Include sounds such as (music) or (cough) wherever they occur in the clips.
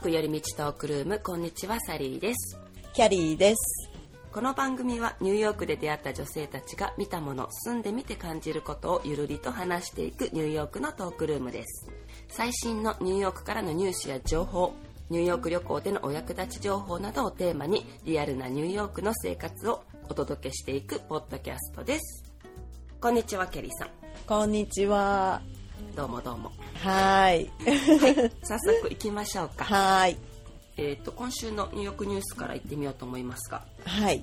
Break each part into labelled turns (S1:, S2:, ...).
S1: く寄り道トークルームこんにちはサリーです
S2: キャリーです。
S1: この番組はニューヨークで出会った女性たちが見たもの住んでみて感じることをゆるりと話していくニューヨークのトークルームです最新のニューヨークからのニュースや情報ニューヨーク旅行でのお役立ち情報などをテーマにリアルなニューヨークの生活をお届けしていくポッドキャストですこんにちはケリーさん
S2: こんにちは。
S1: どうもどうも
S2: はーい。
S1: 早速行きましょうか
S2: はーい。
S1: えー、と今週のニューヨークニュースから行ってみようと思いますが
S2: はい。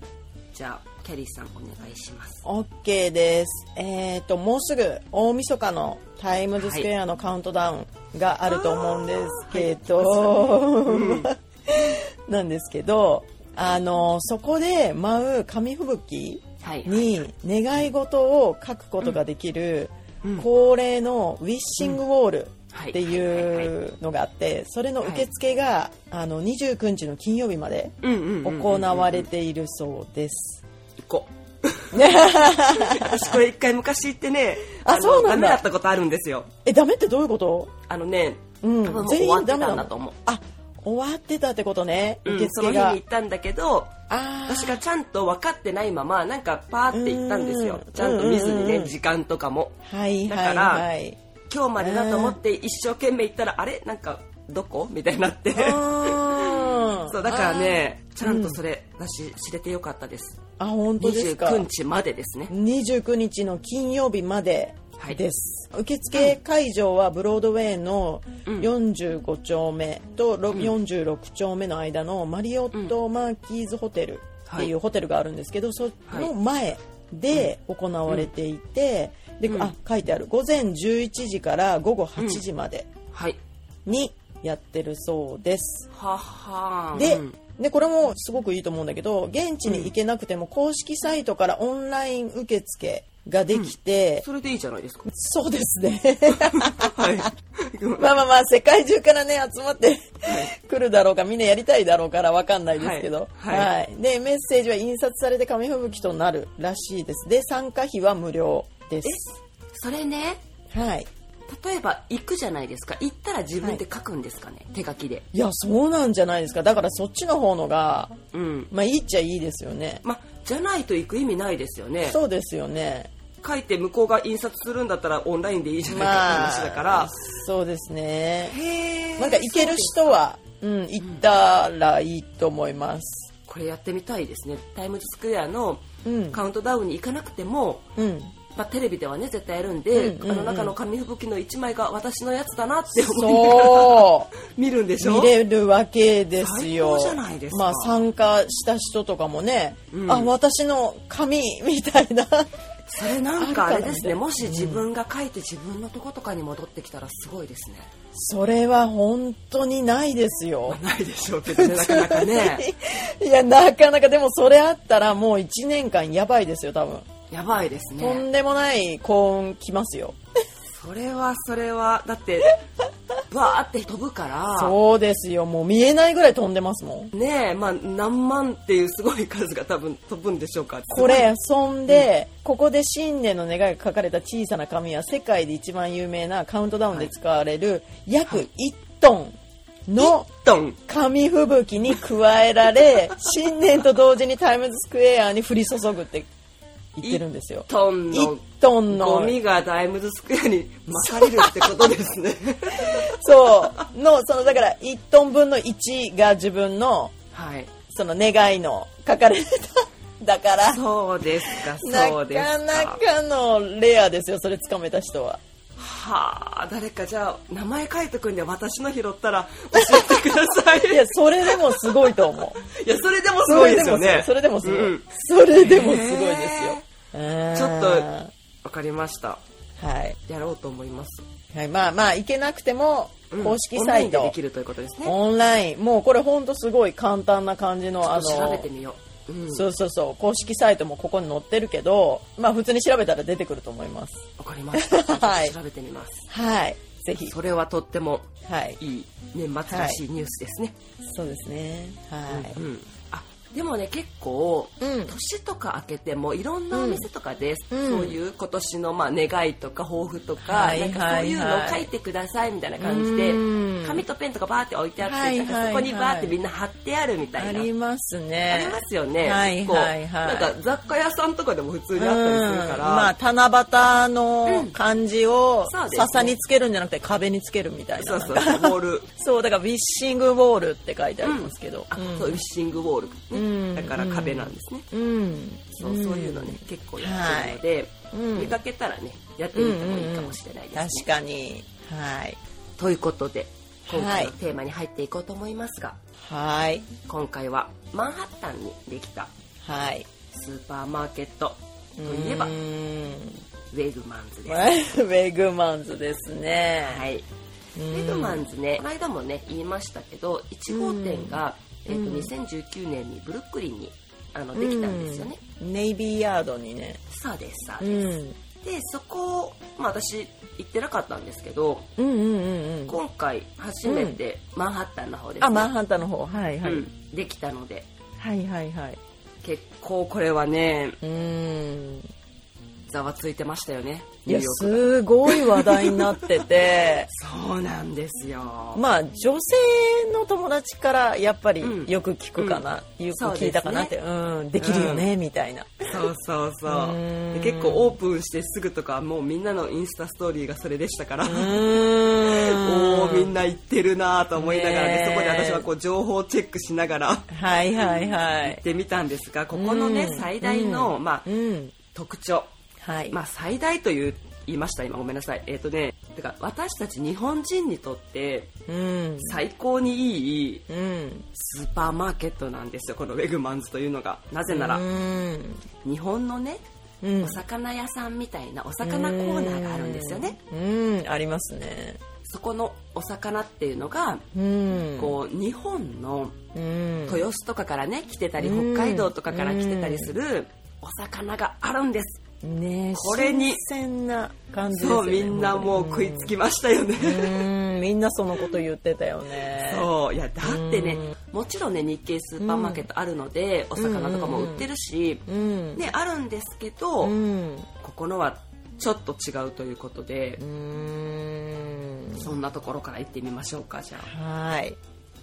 S1: じゃあキャリーさんお願いします
S2: オッケーです。えっ、と、もうすぐ大晦日のタイムズスクエアのカウントダウンがあると思うんですけど、 (laughs) なんですけど、あの、そこで舞う紙吹雪
S1: はい
S2: に願い事を書くことができる
S1: うん
S2: 恒例のウィッシングウォール
S1: はい
S2: っていうのがあってそれの受付があの29日の金曜日まで
S1: うんうんうんうん
S2: 行われているそうです。
S1: 行こう (laughs) 私これ一回昔行ってね
S2: あ
S1: の
S2: そうなんだ
S1: ダメだった (laughs) ことあるんですよ
S2: えダメってどういうこと？
S1: あのね、
S2: うん
S1: 多分もう
S2: 全
S1: 終
S2: 員
S1: わって
S2: ダメ
S1: た
S2: なんの
S1: だと思う
S2: あ終わってたってことね
S1: うん
S2: 受
S1: その
S2: 付
S1: 日に
S2: が。
S1: 行ったんだけど
S2: あー
S1: 私がちゃんと分かってないままなんかパーって行ったんですよ
S2: うん
S1: ちゃんと見ずに
S2: うん
S1: ね
S2: うん
S1: 時間とかも
S2: はい
S1: だか
S2: はい
S1: ら (laughs)
S2: はい。
S1: 今日までだと思って一生懸命行ったらあれなんかどこみたいになって (laughs) そ
S2: そう
S1: だから。ねちゃんとそれ、私知れてよかったです
S2: あーあ本当ですか。
S1: 29日までですね
S2: 29日の金曜日まで
S1: はい
S2: です、受付会場はブロードウェイの45丁目とろ46丁目の間のマリオット・マーキーズホテルってい
S1: は
S2: うホテルがあるんですけどそ
S1: はい
S2: の前で行われていて、
S1: うん
S2: であ書いてある午前11時から午後8時まで
S1: はい
S2: にやってるそうです。
S1: はっはーん
S2: で,、
S1: うん
S2: でこれもすごくいいと思うんだけど現地に行けなくても公式サイトからオンライン受付ができて、
S1: それでいいじゃない
S2: (laughs)
S1: ですか
S2: そうですね
S1: はい
S2: まあまあまあ世界中からね集まって来るだろうかみんなやりたいだろうからわかんないですけど、
S1: は
S2: はいい
S1: はい
S2: でメッセージは印刷されて紙吹雪となるらしいですで参加費は無料です
S1: それね
S2: はい
S1: 例えば行くじゃないですか行ったら自分で書くんですかね、手書きで
S2: いやそうなんじゃないですかだからそっちの方のが
S1: うん
S2: まあいいっちゃいいですよね
S1: まじゃないと行く意味ないですよね
S2: そうですよね
S1: 書いて向こうが印刷するんだったらオンラインでいいじゃないかって話だから、
S2: そうですね
S1: へえ
S2: なんか行ける人は、うん、行ったらいいと思います。
S1: これやってみたいですねタイムズスクエアの
S2: うん。
S1: カウントダウンに行かなくても、 (laughs)
S2: うん。
S1: まあ、テレビではね絶対やるんで、
S2: うんうんうん
S1: あの中の紙吹雪の1枚が私のやつだなって思いながら
S2: そ
S1: (laughs) 見るんでし
S2: う。
S1: ょ
S2: 見れるわけですよ。
S1: 最高じゃないですか
S2: まあ参加した人とかもね、
S1: うん
S2: あ、私の紙 (laughs) みたいな。
S1: それなんかあれですね
S2: あるかな
S1: もし自分が書いて自分のとことかに戻ってきたらすごいですね、
S2: それは本当にないですよ。
S1: ないでしょうけど
S2: (laughs)
S1: ねなかなかね
S2: いや、なかなかでもそれあったらもう1年間やばいですよ、多分。
S1: やばいです
S2: と
S1: ね
S2: んでもない幸運来ますよ。
S1: それはそれはだってバーって飛ぶから
S2: そうですよ。もう見えないぐらい飛んでますもん。
S1: ねえまあ何万っていうすごい数が多分飛ぶんでしょうか
S2: これそんで、ここで新年の願いが書かれた小さな紙は世界で一番有名なカウントダウンで使われる約1トンの
S1: ドン
S2: 紙吹雪に加えられ新年と同時にタイムズスクエアに降り注ぐって言ってるんですよ
S1: トンの
S2: 1トン
S1: ゴ
S2: の
S1: ミがタイムズスクエアに巻かれるってことです
S2: (laughs)
S1: ね
S2: そうのそのだから1トン分の1が自分の
S1: はい
S2: その願いの書かれただから
S1: そうですか
S2: な
S1: そうですか
S2: かなかのレアですよそれつかめた人は。
S1: はあ誰かじゃあ名前書いてくんで私の拾ったら教えてくださ
S2: (laughs)
S1: い
S2: いや、それでもすごいと思う。
S1: い (laughs) や、それでもすごいですよね。
S2: それでもすごい。
S1: うん
S2: それでもすごいですよ。うん
S1: ちょっと、わかりました。
S2: はい。
S1: やろうと思います。
S2: はい、まあまあ、行けなくても
S1: うん、
S2: 公式サイ
S1: オンラインでで
S2: ト
S1: き、るということですね。
S2: オンライン、もうこれほんとすごい簡単な感じの、あ
S1: 調べ
S2: の
S1: て、みよう。うん。
S2: そうそうそう、公式サイトもここに載ってるけど、まあ普通に調べたら出てくると思います。
S1: わかりました。
S2: (laughs) はい
S1: 調べてみます。
S2: はい。ぜひ。
S1: それはとっても
S2: はい。
S1: いい年末らしいニュースですね。
S2: そうですね。はい。
S1: うん。あ、でもね結構、
S2: うん
S1: 年とか明けてもいろんなお店とかで、
S2: うん
S1: そういう今年のまあ願いとか抱負とか,、
S2: はい
S1: なんかそういう
S2: は
S1: の
S2: いは
S1: を
S2: い
S1: 書いてくださいみたいな感じで、
S2: うん
S1: 紙とペンとかバーって置いてあって、
S2: はいはいはい
S1: なんかそこにバーってみんな貼ってあるみた
S2: あ
S1: いな。
S2: りますね
S1: ありますよね、
S2: はい
S1: 結構
S2: はいはい
S1: なんか雑貨屋さんとかでも普通にあったりするから、
S2: うんまあ七夕の漢字を
S1: そうですね
S2: 笹につけるんじゃなくて壁につけるみたいな
S1: そうそう
S2: なんか
S1: そうボール
S2: (laughs) そうだから「ウィッシングウォール」って書いてありますけど、
S1: あ
S2: うん
S1: そうウィッシングウォール、ね
S2: うん
S1: だから壁なんですね、
S2: うん
S1: そうそういうのね結構やってるので、
S2: うん
S1: 見かけたらねやってみてもいいかもしれないですね、
S2: 確かにはい
S1: ということで今回の
S2: はい
S1: テーマに入っていこうと思いますが、
S2: はい
S1: 今回はマンハッタンにできた
S2: はい
S1: スーパーマーケットといえば
S2: う
S1: ウ
S2: ん (laughs)
S1: ェグマンズです、は
S2: ウェグマンズですね
S1: い、
S2: ウ
S1: ウェグマンズねこの間もね言いましたけど1号店が、えー、と2019年にブルックリンにあのできたんですよね、
S2: ネイビーヤードにね
S1: そうですそう
S2: う
S1: です、
S2: ん
S1: でそこを、まあ、私行ってなかったんですけど
S2: うんうんうんうん
S1: 今回初めてマンハッタンの方です、ね
S2: あマンハッタンの方はいはい、
S1: うん、できたので
S2: はいはいはい
S1: 結構これはね
S2: うん
S1: ざわついてましたよね
S2: いや
S1: ニューヨーク
S2: すごい話題になってて
S1: (laughs) そうなんですよ
S2: まあ女性の友達からやっぱり
S1: うん
S2: よく聞くかな、よく聞いたかなってう,、んできるよね、みた
S1: (laughs)
S2: いな
S1: そうそうそう
S2: うーん
S1: で結構オープンしてすぐとかもうみんなのインスタストーリーがそれでしたから、おおみん
S2: な
S1: な行ってるなぁと思いながらね
S2: ねえ
S1: そこで私はこう情報をチェックしながら
S2: はいはいは
S1: 行っ
S2: い
S1: てみたんですがここのね
S2: うん
S1: 最大の、まあ、
S2: うん
S1: 特徴
S2: はい、
S1: まあ最大という言いました今ごめんなさいえっ、とねてか私たち日本人にとって
S2: うん
S1: 最高にいい
S2: うん
S1: スーパーマーケットなんですよこのウェグマンズというのがなぜなら
S2: うん
S1: 日本のね
S2: うん
S1: お魚屋さんみたいなお魚コーナーがあるんですよね
S2: うんありますね
S1: そこのお魚っていうのが
S2: うん
S1: こう日本の
S2: うん
S1: 豊洲とかからね来てたり
S2: うん
S1: 北海道とかから来てたりするお魚があるんです
S2: ね
S1: これに
S2: 新鮮な感じです
S1: そ
S2: よ
S1: う
S2: ね
S1: みんなもう食いつきましたよね
S2: うんみんなそのこと言ってたよね
S1: そういやだってね
S2: うん
S1: もちろんね日系スーパーマーケットあるのでお魚とかも売ってるし
S2: うん
S1: ねあるんですけど
S2: うん
S1: ここのはちょっと違うということで
S2: うーん
S1: そんなところから行ってみましょうかじゃあ、
S2: はい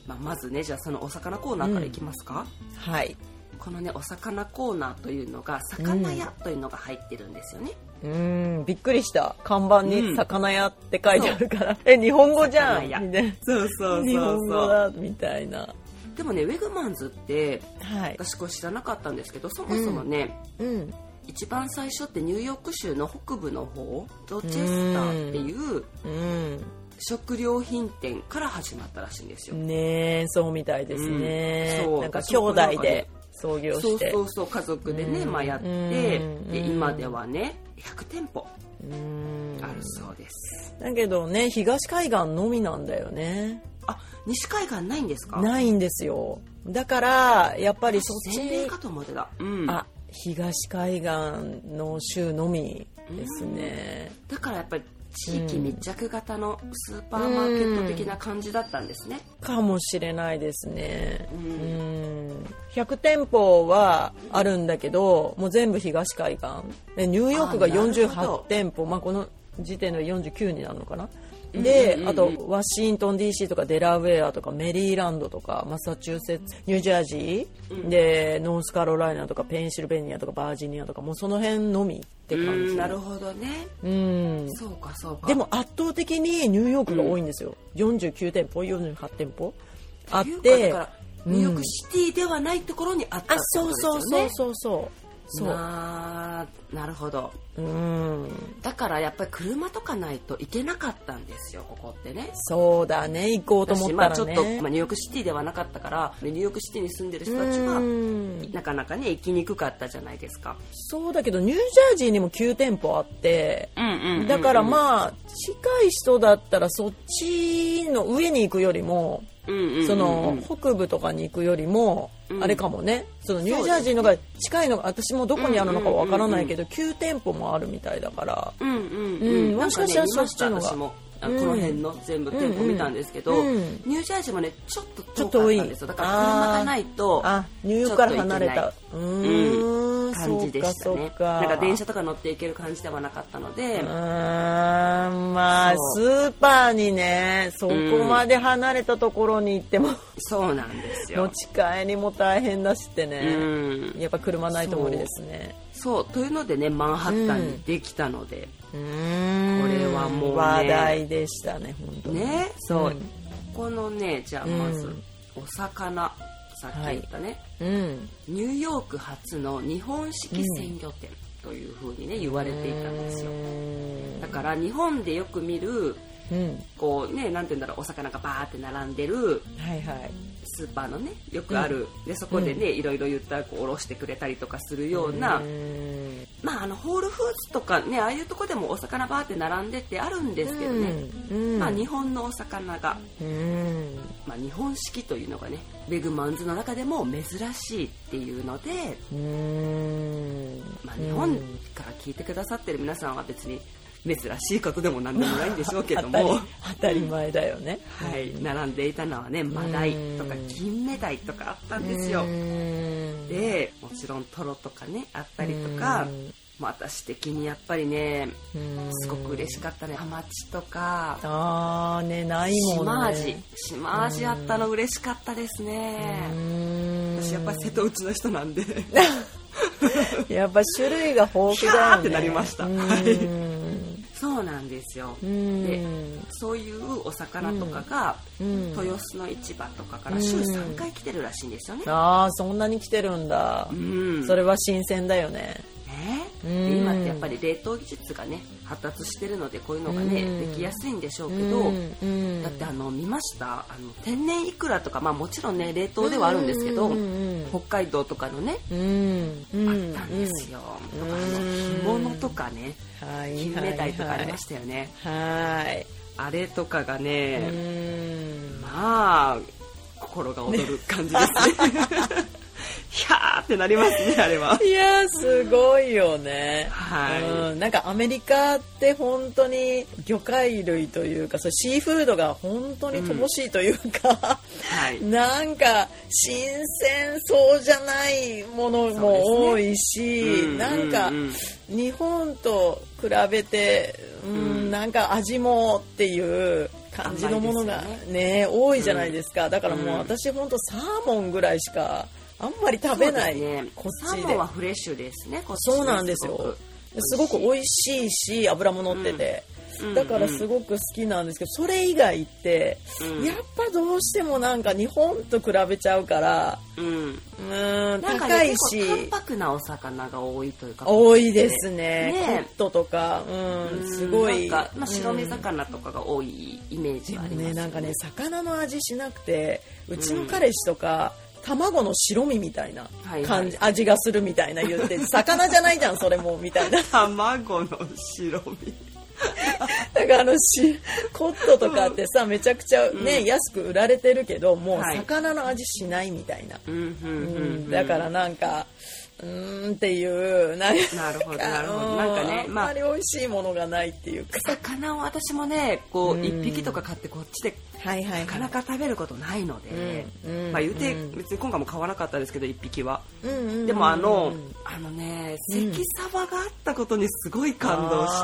S1: まあ、まずねじゃあそのお魚コーナーから行きますか、
S2: はい
S1: このねお魚コーナーというのが魚屋というのが入ってるんですよね、
S2: うーんびっくりした看板
S1: うん
S2: に「魚屋」って書いてあるから、え日本語じゃん
S1: 魚
S2: み
S1: 屋
S2: たいな
S1: そうそ
S2: 日本語だみたいな
S1: でもねウェグマンズって
S2: はい
S1: 私これ知らなかったんですけどそもそもね、
S2: うん
S1: 一番最初ってニューヨーク州の北部の方ドチェスターっていう
S2: う
S1: 食料品店から始まったらしいんですよ、
S2: んねえそうみたいですね、
S1: うんそう
S2: なんか兄弟で創業
S1: そう
S2: して
S1: そうそう家族でね、
S2: うん
S1: まあ、やって、
S2: うん
S1: で
S2: うん
S1: 今ではね100店舗
S2: うーん
S1: あるそうです、
S2: だけどね東海岸のみなんだよね
S1: あ西海岸ないんですか
S2: ないんですよだからやっぱりそっち
S1: 全米かと思ってた、うん、
S2: あ東海岸の州のみですね、
S1: だからやっぱり地域密着型のスーパーマーケット的な感じだったんですね、
S2: かもしれないですね
S1: う
S2: うんん100店舗はあるんだけどもう全部東海岸でニューヨークが
S1: あなるほ
S2: 48
S1: ど
S2: 店舗まあ、この時点で49になるのかな
S1: うん
S2: で、
S1: うんうん
S2: あとワシントン DC とかデラウェアとかメリーランドとかマサチューセッツニュージャージー、でノースカロライナとかペンシルベニアとかバージニアとかもうその辺のみって
S1: う
S2: 感
S1: ん
S2: じ
S1: なるほどね
S2: うん
S1: そうかそうか
S2: でも圧倒的にニューヨークが多いんですよ、49店舗48店舗あっ
S1: というか
S2: て
S1: だからニューヨークシティではないところにあった
S2: あ
S1: ってこ
S2: そうそ
S1: と
S2: う
S1: ですよ
S2: そう
S1: ね
S2: そうそうそう
S1: ななるほど
S2: うん
S1: だからやっぱり車とかないと行けなかったんですよここってね
S2: そうだね行こうと思
S1: 私
S2: った
S1: まあ
S2: ら
S1: ちょっと、まあ、
S2: ね
S1: ニューヨークシティではなかったからニューヨークシティに住んでる人たち
S2: う
S1: は
S2: ん
S1: なかなかね行きにくかったじゃないですか
S2: そうだけどニュージャージーにも9店舗あって
S1: うんうん
S2: だからまあ近い人だったらそっちの上に行くよりも
S1: あ
S2: その北部とかに行くよりも
S1: うん
S2: あれかもねそのニュージャージーのが近いのが私もどこにあるのかわからないけど9店舗もあるみたいだから
S1: うんうん
S2: うん
S1: なん
S2: もしかしたらそっちの
S1: 見ま
S2: が
S1: た私もあのこの辺の全部店舗見たんですけど、
S2: うんうん
S1: ニュージャージーもねちょっと
S2: ち
S1: 遠
S2: ょっ
S1: か
S2: と
S1: っ
S2: 多い
S1: たんですよだから車がないと
S2: あニューヨークから離れた
S1: ち
S2: う
S1: う
S2: ーん
S1: ん感じでした
S2: そう
S1: ね
S2: かそうか
S1: なんか電車とか乗っていける感じではなかったので、
S2: うーんまあス
S1: そ
S2: ーパーにねそこまで離れたところに行っても、
S1: そうなんですよ
S2: 持ち帰りも大変だしって
S1: う
S2: ね、
S1: ん
S2: やっぱ車ないと無理ですね
S1: そうというのでねマンハッタンにできたので、
S2: うーん
S1: これはもうね
S2: 話題でしたね本当に
S1: ねそう、
S2: うん
S1: このねじゃあ
S2: うん
S1: まずお魚、さっき言ったね、
S2: うん
S1: ニューヨーク初の日本式鮮魚店というふうにね言われていたんですよだから日本でよく見る
S2: うん
S1: こうねなんて言うんだろうお魚がバーって並んでる
S2: はいはい
S1: スーパーのねよくある、でそこでね、いろいろ言ったらこうおろしてくれたりとかするような、
S2: うん
S1: まああのホールフーツとかねああいうとこでもお魚バーって並んでってあるんですけどね、
S2: うん
S1: まあ、日本のお魚が、
S2: うん
S1: まあ、日本式というのがねベグマンズの中でも珍しいっていうので、
S2: うん
S1: まあ、日本から聞いてくださってる皆さんは別に珍しいことでも何でもないんでしょうけども
S2: (laughs) 当たり当たり前だよね
S1: はい、並んでいたのはねマダイとか
S2: うん
S1: 金目鯛とかあったんですよでもちろんトロとかねあったりとかまあ私的にやっぱりねすごく嬉し
S2: く
S1: かったねハマチとか
S2: あーねないも
S1: シ
S2: んね
S1: マアジシマアジあったの嬉しかったですね
S2: うん
S1: 私やっぱり瀬戸内の人なんで
S2: やっぱ種類が豊富だよ
S1: ひゃ
S2: ね
S1: ーってなりました
S2: うん
S1: そうなんですよ
S2: うん
S1: でそういうお魚とかが
S2: うん
S1: 豊洲の市場とかから週
S2: うん
S1: 3回来てるらしいんですよね
S2: ああそんなに来てるんだ
S1: う、ん
S2: それは新鮮だよね
S1: ね
S2: うん
S1: 今ってやっぱり冷凍技術がね発達してるのでこういうのがね
S2: うん
S1: できやすいんでしょうけど
S2: うん
S1: だってあの見ましたあの天然いくらとかまあもちろんね冷凍ではあるんですけど
S2: うんうん
S1: 北海道とかのね
S2: うんうん
S1: あったんですよとかあの干物とかね
S2: うんはい
S1: 金目鯛とかありましたよね
S2: はい
S1: あれとかが
S2: う
S1: ね
S2: ん
S1: まあ心が躍る感じです
S2: (laughs)
S1: ね (laughs) ひゃーってなりますねあれはい
S2: やーすごいよね。
S1: はい
S2: うん、なんかアメリカって本当に魚介類というか、そうシーフードが本当に乏しいというか、
S1: はい
S2: なんか新鮮そうじゃないものも
S1: そう
S2: 多
S1: で
S2: いし、
S1: うん
S2: なんか
S1: うんうん
S2: 日本と比べて、うん
S1: うん
S2: なんか味もっていう感じのものが
S1: 甘いですよ
S2: ね多いじゃないですか、だからもう
S1: うん
S2: 私本当サーモンぐらいしかあんまり食べない、
S1: そうですね、
S2: こっ
S1: サ
S2: ち
S1: ーモ
S2: で
S1: ンはフレッシュですねこっちね
S2: そうなんですよ
S1: す
S2: すご
S1: ご
S2: く
S1: く
S2: 美味しいし脂も乗ってて、
S1: ごく
S2: だから
S1: う
S2: す
S1: ん
S2: ごく好きなんですけどそれ以外って、
S1: うん
S2: やっぱどうしてもなんか日本と比べちゃうから
S1: うん
S2: うーん
S1: なんか、
S2: 高い
S1: ね、
S2: し、
S1: 結構淡白なお魚が多いというか
S2: 多いですね
S1: ね
S2: コットとかうん、
S1: うん
S2: すごい
S1: なんか、まあ、白身
S2: うん
S1: 魚とかが多いイメージ
S2: で
S1: はあ
S2: も
S1: ります
S2: ね
S1: よ
S2: なんかね魚の味しなくてうちの彼氏とか、卵の白身みたいな
S1: はいはい
S2: 感じ、味がするみたいな言って (laughs) 魚じゃないじゃんそれもみたいな (laughs)
S1: 卵の白身
S2: だからあのしコットとかってさめちゃくちゃね、安く売られてるけどもう
S1: はい
S2: 魚の味しないみたいな、
S1: うんうん
S2: う
S1: うんん、うん、
S2: だからなんかうーんっていうなんか
S1: なるほどなるほどなんかね
S2: うん
S1: ま
S2: あ
S1: あ
S2: んまり美味しいものがないっていうか
S1: 魚を私もねこ
S2: う
S1: うん一匹とか買ってこっちで
S2: はいは
S1: な
S2: い
S1: かなか食べることないので、
S2: うんうん
S1: まあ言うて
S2: うん
S1: 別に今回も買わなかったですけど一匹は
S2: で
S1: でもあの、あのね、関サバがあったことにすごい感動して、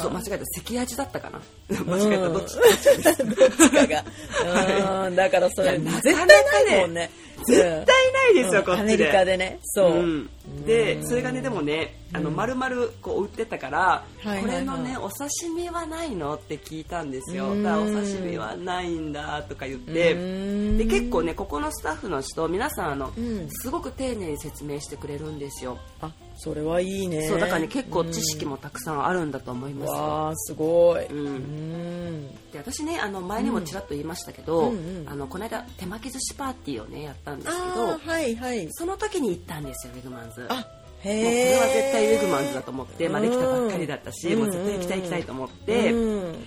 S1: そう、間違えた、関味だったかな (laughs) 間違えた、どっち
S2: うんどっち
S1: (laughs)
S2: かが。うん、だからそ
S1: い
S2: れ、
S1: や
S2: 絶
S1: なか
S2: 対
S1: なかね
S2: ないもんね。
S1: 絶対ないですよ、
S2: うん
S1: こっ
S2: ア
S1: ちで。
S2: メリカでね。そう。
S1: うんで、それがね、でもね、あの、丸々こう売ってたから、
S2: いはいはい
S1: これのね、お刺身はないのって聞いたんですよ。
S2: うん
S1: だからお刺身はないんだとか言って、
S2: うん
S1: で、結構ね、ここのスタッフの人、皆さん、あの
S2: ん、
S1: すごく丁寧に説明してくれるんですよ。
S2: あ、それはいいね。
S1: そう、だからね、結構知識もたくさんあるんだと思いますよ。
S2: わあ、すごい。
S1: ん
S2: ん。
S1: で私ねあの前にもちらっと言いましたけど、
S2: うんうんうん
S1: あのこの間手巻き寿司パーティーをねやったんですけ
S2: あ
S1: ど
S2: ーはいはい。
S1: その時に行ったんですよウェグマンズもうこ
S2: あ、へえ。
S1: れは絶対ウェグマンズだと思って、まあ、
S2: うん
S1: できたばっかりだったし、もう絶対行きたい行きたいと思って、
S2: うん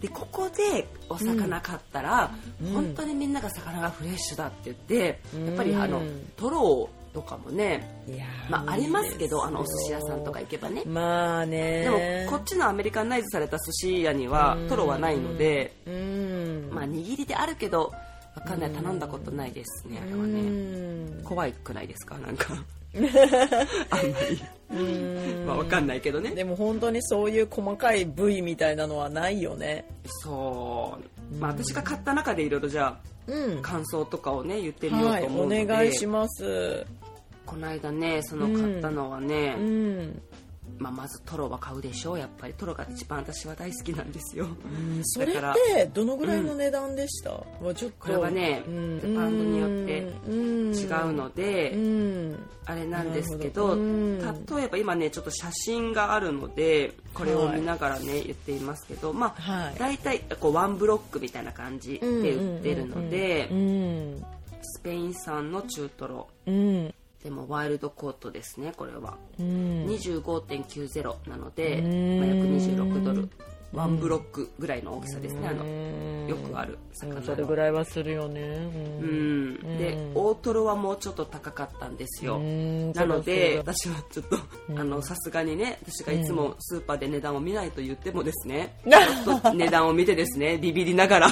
S1: でここでお魚買ったら、
S2: うん
S1: 本当にみんなが魚がフレッシュだって言って、
S2: うん
S1: やっぱりあのトロをとかもね、
S2: いやー
S1: まあ、ありますけど
S2: いいですよ
S1: あのお寿司屋さんとか行けばね
S2: まあね
S1: でもこっちのアメリカンナイズされた寿司屋にはトロはないので
S2: うん
S1: まあ握りであるけどわかんない頼んだことないですねあれは
S2: う
S1: ね
S2: ん
S1: 怖いくないですかなんかあんまりまあわかんないけどね
S2: でも本当にそういう細かい部位みたいなのはないよね
S1: そう、まあ、私が買った中でいろいろじゃ
S2: うん
S1: あ感想とかをね言ってみよう
S2: は
S1: と
S2: い
S1: 思
S2: お
S1: うので、
S2: 願いします
S1: この間ねその買ったのはね、
S2: うん
S1: まあ、まずトロは買うでしょうやっぱりトロが一番私は大好きなんですよ、
S2: そ
S1: だ
S2: れっ
S1: から
S2: てどのぐらいの値段でした、もうちょっと
S1: これはね
S2: うん
S1: ブランドによって違
S2: 違
S1: うので、
S2: うん
S1: あれなんですけど
S2: なるほどうん
S1: 例えば今ねちょっと写真があるのでこれを見ながらね言っていますけどまあ
S2: はい
S1: 大体こうワンブロックみたいな感じで売ってるので
S2: うん
S1: スペイン産の中トロ
S2: うん
S1: でもワイルドコートですねこれは
S2: うん
S1: 25.90なので、
S2: ん
S1: まあ、約26ドルワンブロックぐらいの大きさですねあのよくある魚
S2: うん
S1: の
S2: それぐらいはするよね
S1: う
S2: うん
S1: で大トロはもうちょっと高かったんですよ
S2: ん
S1: なので私
S2: そりゃ
S1: はちょっとあのさすがにね私がいつもスーパーで値段を見ないと言ってもですねちょっと値段を見てですねビビりながら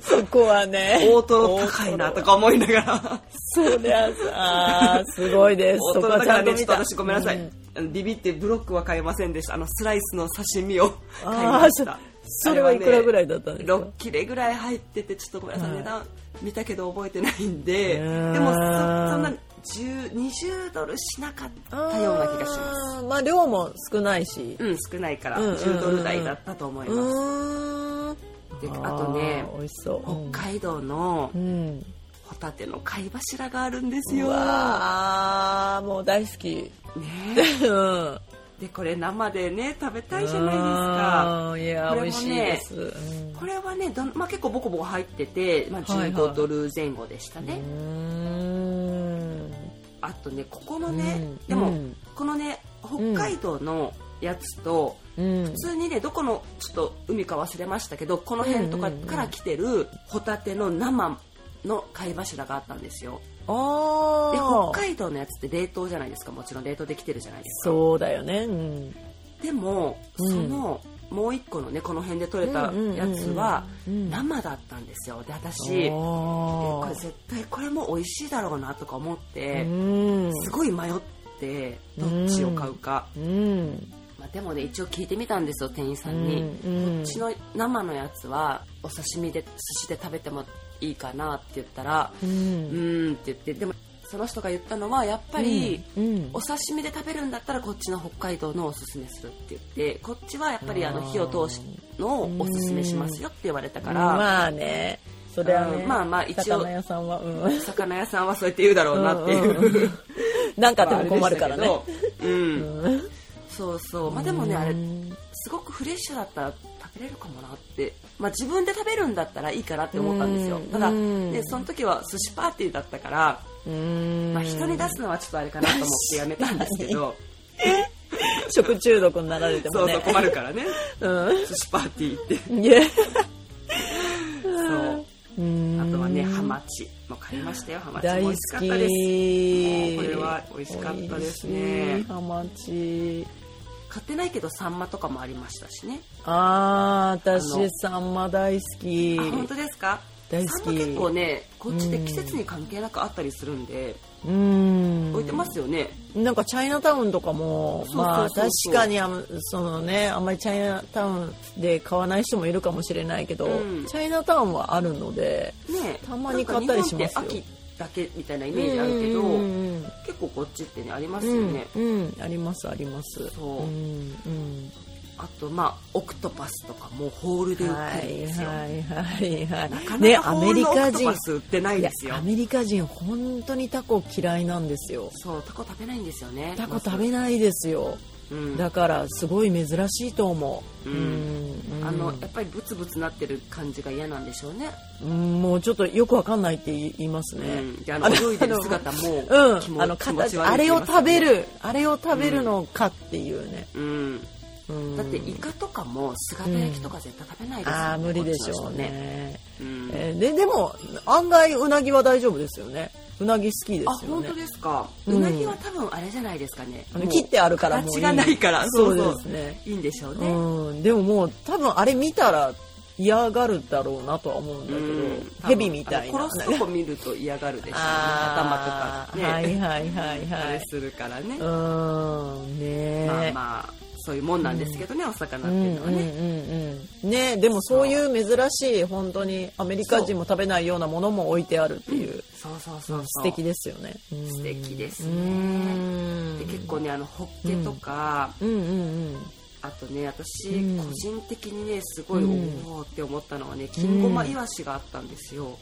S2: そこはね
S1: 大トロ高いなとか思いながら
S2: そりゃさあーすご
S1: (laughs)
S2: いです
S1: 大
S2: そ
S1: ト
S2: こ
S1: ロだ
S2: は
S1: か
S2: ちゃ
S1: ら
S2: んと
S1: ねちょ
S2: 見
S1: っと
S2: た
S1: 私ごめんなさい、
S2: うん
S1: あのビビってブロックは買えませんでしたあのスライスの刺身を買い
S2: あ
S1: ま
S2: ー
S1: し
S2: そ
S1: た
S2: それはいくらぐらいだったんですか
S1: 6切れぐらい入っててちょっとごめんなさい、
S2: はい
S1: 値段見たけど覚えてないんでで
S2: うーん
S1: もそそんな10 20ドルしなかったような気がします
S2: あーまあ量も少ないし
S1: うん少ないから
S2: うんうんうんうん
S1: 10ドル台だったと思います、
S2: うーん
S1: であとね
S2: ー美味しそう
S1: 北海道の
S2: うん
S1: ホタテの貝柱があるんです
S2: う
S1: よ、
S2: わーもう大好き (laughs)
S1: ね、
S2: うん
S1: でこれ生でね食べたいじゃないですか
S2: あーい
S1: こ
S2: やー
S1: れもね
S2: 美味しいですうん
S1: これはねどん、まあ、結構ボコボコ入ってて、まあ、
S2: はいは
S1: 15
S2: い
S1: ドル前後でしたね、
S2: うーん
S1: あとねここのね、
S2: うん
S1: でも、
S2: うん
S1: このね北海道のやつと、
S2: うん
S1: 普通にねどこのちょっと海か忘れましたけどこの辺とか
S2: うんうんうん
S1: から来てるホタテの生の貝柱があったんですよで
S2: あ
S1: 北
S2: あ
S1: 海道のやつって冷凍じゃないですかもちろん冷凍できてるじゃないですか
S2: そうだよねうん
S1: でも
S2: うん
S1: そのもう一個のねこの辺で取れたやつは
S2: うんうんうんうん
S1: 生だったんですよで私これ絶対これも美味しいだろうなとか思って
S2: うん
S1: すごい迷ってどっちを買うか、
S2: うん
S1: まあ、でもね一応聞いてみたんですよ店員さ
S2: うん
S1: に、
S2: ん
S1: うちの生のやつはお刺身で寿司で食べてもいいかなって言ったら
S2: う
S1: うんーんって言ってでもその人が言ったのはやっぱり、
S2: うん
S1: お刺身で食べるんだったらこっちの北海道のをおすすめするって言ってこっちはやっぱりあの火を通しのをおすすめしますよって言われたから、
S2: まあねそれはね
S1: うんまあまあ一応
S2: 魚屋さんはうん
S1: 魚屋さんはそうやって言うだろうなっていう、
S2: うんうんなんかでも困るからね
S1: あれでしたけどうん、そうそうまあでもねあれすごくフレッシュだったら食べれるかもなって、まあ、自分で食べるんだったらいいかなって思ったんですよ
S2: うん
S1: ただ、
S2: うん
S1: ね、その時は寿司パーティーだったから、
S2: うん
S1: まあ、人に出すのはちょっとあれかなと思ってやめたんですけど
S2: 食中毒になられて
S1: そ
S2: も
S1: うそう
S2: ね
S1: 困るからね
S2: うん
S1: 寿司パーティーって
S2: いえ
S1: そう
S2: (laughs) うん
S1: あとはねハマチも買いましたよハマチも
S2: 大
S1: 美
S2: 好
S1: 味しかっ
S2: き
S1: たですもうこれは美味しかったですね
S2: 美味しいハマチ
S1: 買ってないけどサンマとかもありましたしね
S2: あー
S1: あの
S2: 私サンマ大好き
S1: あ本当ですか
S2: 大好き
S1: サンマ結構ねこっちで季節に関係なくあったりするんで
S2: うん
S1: 置いてますよね
S2: なんかチャイナタウンとかも
S1: そうそうそうそう
S2: まあ確かにあのそのねあんまりチャイナタウンで買わない人もいるかもしれないけど、
S1: うん
S2: チャイナタウンはあるので
S1: ね
S2: たまに買ったりしますよ
S1: なんか日本って秋だけみたいなイメージあるけど
S2: うんうん
S1: 結構こっちってねあります
S2: う
S1: よ
S2: ん
S1: ね、
S2: うんうんありますあります
S1: そうん
S2: うん
S1: あとまあオクトパスとかもホールで売
S2: は
S1: ってるん
S2: い
S1: ですよ、
S2: はいはいはい
S1: なか
S2: ね
S1: なか
S2: ア
S1: ホ
S2: メ
S1: ール
S2: リ
S1: のオ
S2: カ
S1: クト
S2: 人
S1: パス売ってない
S2: いや
S1: ですよ
S2: アメリカ人本当にタコ嫌いなんですよ
S1: そうタコ食べないんですよね
S2: タコ食べないですよ
S1: うん
S2: だからすごい珍しいと思う、
S1: うん
S2: うん
S1: あのやっぱりブツブツなってる感じが嫌なんでしょうね
S2: うんもうちょっとよくわかんないって言います
S1: う
S2: ね。
S1: んであの泳いでる姿も
S2: うん、
S1: 気持
S2: あの
S1: 気持ち悪いって言いますよね
S2: 形あれを食べるあれを食べるのかっていうね。
S1: うん
S2: うん
S1: だってイカとかも姿焼きとか絶対食べないですよね
S2: ああ無理でしょ
S1: こっ
S2: う
S1: ちの人
S2: ね、
S1: うん
S2: えーででも案外うなぎは大丈夫ですよねうなぎ好きで
S1: あ
S2: すよ
S1: 本
S2: ね
S1: 当ですか、
S2: う
S1: うんなぎは多分あれじゃないですかね
S2: あの
S1: もう
S2: 切ってあるからもうい
S1: 形
S2: い
S1: がないから
S2: (laughs) そ
S1: そううそう
S2: ですね
S1: いいんでしょうね、
S2: うん、でももう多分あれ見たら嫌がるだろうなとは思うんだけど、蛇みたいな
S1: あの殺すとこ見ると嫌がるでしょうね頭
S2: あ
S1: と
S2: ー
S1: かね、
S2: はいはいはい
S1: あ
S2: は
S1: れ
S2: い
S1: するからね、
S2: うんねえ、
S1: まあまあそういうもんなんですけどね、お魚っ
S2: う
S1: てい
S2: ん
S1: うのは
S2: う
S1: ね、
S2: んうんうんねでもそういう珍しい本当にアメリカ人も食べないようなものも置いてあるっていう
S1: そうそうそうそう
S2: 素敵ですよね素
S1: 素敵ですね
S2: うん
S1: で結構ねあのホッケとか、
S2: うんうんうん
S1: あとね私、
S2: うん
S1: 個人的にねすごい
S2: うん
S1: おおって思ったのはね金ごまイワシがあったんですよ、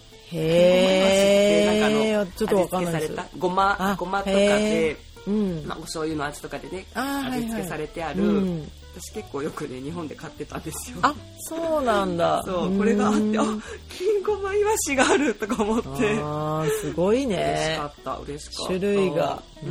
S1: 金ごまイワシって
S2: へ
S1: なんかあ
S2: え
S1: の
S2: ちょっとわかんないで
S1: 味
S2: す
S1: 付けされたごま
S2: あ
S1: ごまとかで、
S2: うん
S1: まあ、お醤油の味とかでね
S2: あーはいはい
S1: 味付けされてある、
S2: うん
S1: 私結構よくね日本で買ってたんですよ
S2: あそうなんだ
S1: そうこれがあってあ
S2: うん
S1: 金ごまイワシがあるとか思って嬉し
S2: あーすごいね
S1: かった嬉しかった
S2: 種類が
S1: う
S2: う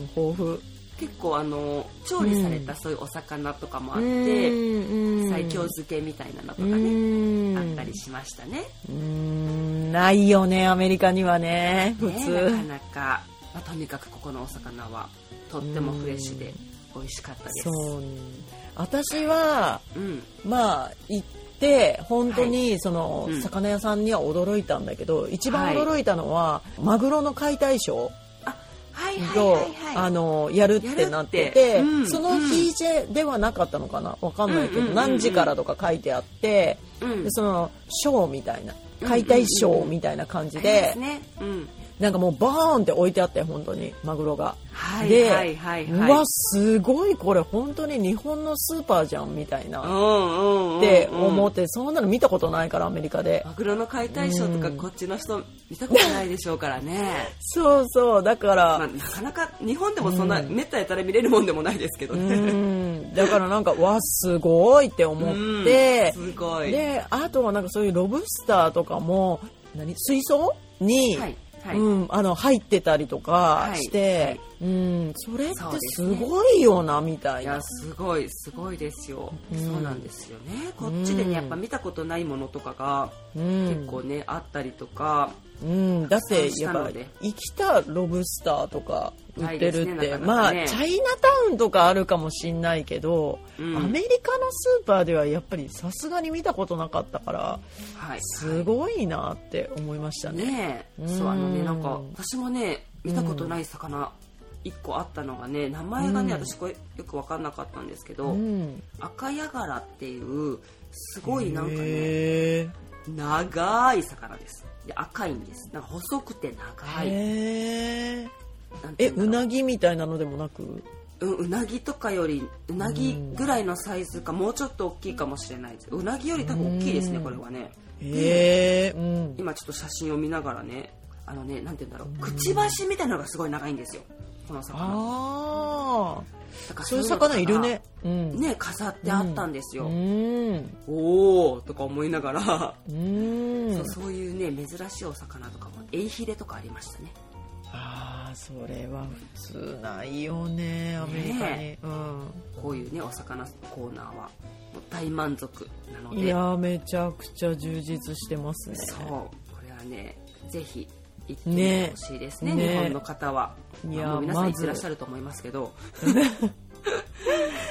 S1: ん
S2: 豊富
S1: 結構あの調理されたそういうお魚とかもあって、
S2: で
S1: 西京漬けみたいなのとかね、
S2: ね
S1: あったりしましたね
S2: うーんないよねアメリカにはね普
S1: ね
S2: 通
S1: なかなか、まあ、とにかくここのお魚はとってもフレッシュで美味しかったです
S2: そう私は
S1: うん
S2: まあ行って本当にその
S1: うん
S2: 魚屋さんには驚いたんだけど一番
S1: はい
S2: 驚いたのはマグロの解体ショー
S1: はいはい
S2: を
S1: はいはい
S2: あのやるってなって
S1: やる
S2: て
S1: ってうん
S2: その日ではなかったのかなわかんないけ
S1: う
S2: ど
S1: んうんうんうん
S2: 何時からとか書いてあって
S1: うん
S2: でそのショーみたいな解体ショーみたいな感じ
S1: ありま
S2: です
S1: ねうん
S2: なんかもうバーンって置いてあって本当にマグロが。
S1: はい
S2: で
S1: はいはいうはい
S2: わすごいこれ本当に日本のスーパーじゃんみたいなっ
S1: うんうんうんうん
S2: て思ってそんなの見たことないからアメリカで
S1: マグロの解体ショーとかこっちの人見たことないでしょうからね、
S2: そうそうだか
S1: まあ、
S2: ら
S1: なかなか日本でもそんなめったやたら見れるもんでもないですけど
S2: う
S1: ね、 (laughs)
S2: んだからなんかわすごいって思って
S1: うんすごい
S2: であとはなんかそういうロブスターとかも何水槽に
S1: はいはい、
S2: うん、あの入ってたりとかして、うん、それってすごいよなみた
S1: い
S2: いな
S1: やすごいすごいですよ、
S2: うん
S1: そうなんですよねこっちで
S2: うん
S1: ねやっぱ見たことないものとかが
S2: うん
S1: 結構ね、あったりとか
S2: うん、だって
S1: そうし
S2: やったぱ
S1: ので
S2: 生きたロブスターとか売ってるっ
S1: ない
S2: て、
S1: ですねなかなかね
S2: まあチャイナタウンとかあるかもしんないけど、
S1: うん
S2: アメリカのスーパーではやっぱりさすがに見たことなかったから
S1: はい
S2: すごいなって思いましたね。
S1: ねえ
S2: うん
S1: そうあのねなんか私もね見たことない魚1個あったのがね名前がね
S2: うん
S1: 私これよく分かんなかったんですけ
S2: う
S1: ど
S2: ん、
S1: 赤ヤガラっていうすごいなんかね
S2: へ
S1: 長い魚ですで赤いんですなんか細くて
S2: ー
S1: 長い
S2: へー
S1: なんて
S2: え
S1: いうんだろ
S2: うなぎみたいなのでもなく
S1: うんうなぎとかよりうなぎぐらいのサイズかもうちょっと大きいかもしれないですうなぎより多分大きいですね
S2: うん
S1: これはね
S2: へえ、うん、
S1: 今ちょっと写真を見ながらねあのねなんて言うんだろうくちばしみたいなのがすごい長いんですよこの魚
S2: ああ
S1: だから
S2: そういう
S1: のが
S2: 魚いるね。うん、
S1: ね飾ってあったんですよ、
S2: うん
S1: おおとか思いながら、
S2: うん
S1: そうそういうね珍しいお魚とかもエイヒレとかありましたね
S2: ああそれは普通ないよねアメリカに、
S1: ねこういうねお魚コーナーはもう大満足なの
S2: う
S1: で
S2: ん、いやーめちゃくちゃ充実してますね
S1: そうこれはねぜひ行ってみ
S2: ね
S1: てほしいですね
S2: ね
S1: 日本の方は、
S2: い
S1: い
S2: や
S1: やもう皆さん
S2: ま
S1: 行っ
S2: ず
S1: てらっしゃると思いますけど (laughs)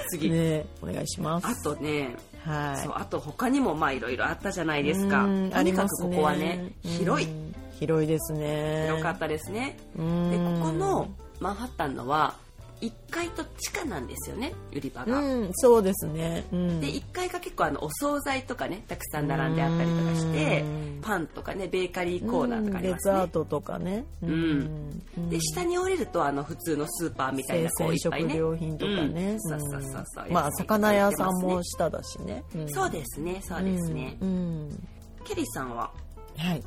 S1: 次、
S2: ねお願いします
S1: あとね、
S2: はい
S1: そうあと他にもまあいろいろあったじゃないですか
S2: うん
S1: と
S2: あり
S1: にか
S2: ま
S1: く
S2: す
S1: こ
S2: ね
S1: こはね広い
S2: うん広いですね
S1: 広かったですね
S2: うん
S1: でここのマンハッタンのは1階と地下なんですよね売り場が、
S2: うんそうですね、うん、
S1: で1階が結構あのお惣菜とかねたくさん並んであったりとかして
S2: うん
S1: パンとかねベーカリーコーナーとかあり
S2: うん
S1: ま
S2: デ
S1: す
S2: ザー
S1: ね
S2: トとかね、うん
S1: で下に降りるとあの普通のスーパーみたい
S2: 生
S1: なこうい
S2: 鮮
S1: っぱい
S2: 食
S1: ね
S2: 料品とかね、
S1: うんそうそうそうそう
S2: まあ魚屋さんも下だしね、
S1: そうですねそうですね、
S2: うんうん
S1: ケリーさんは
S2: はい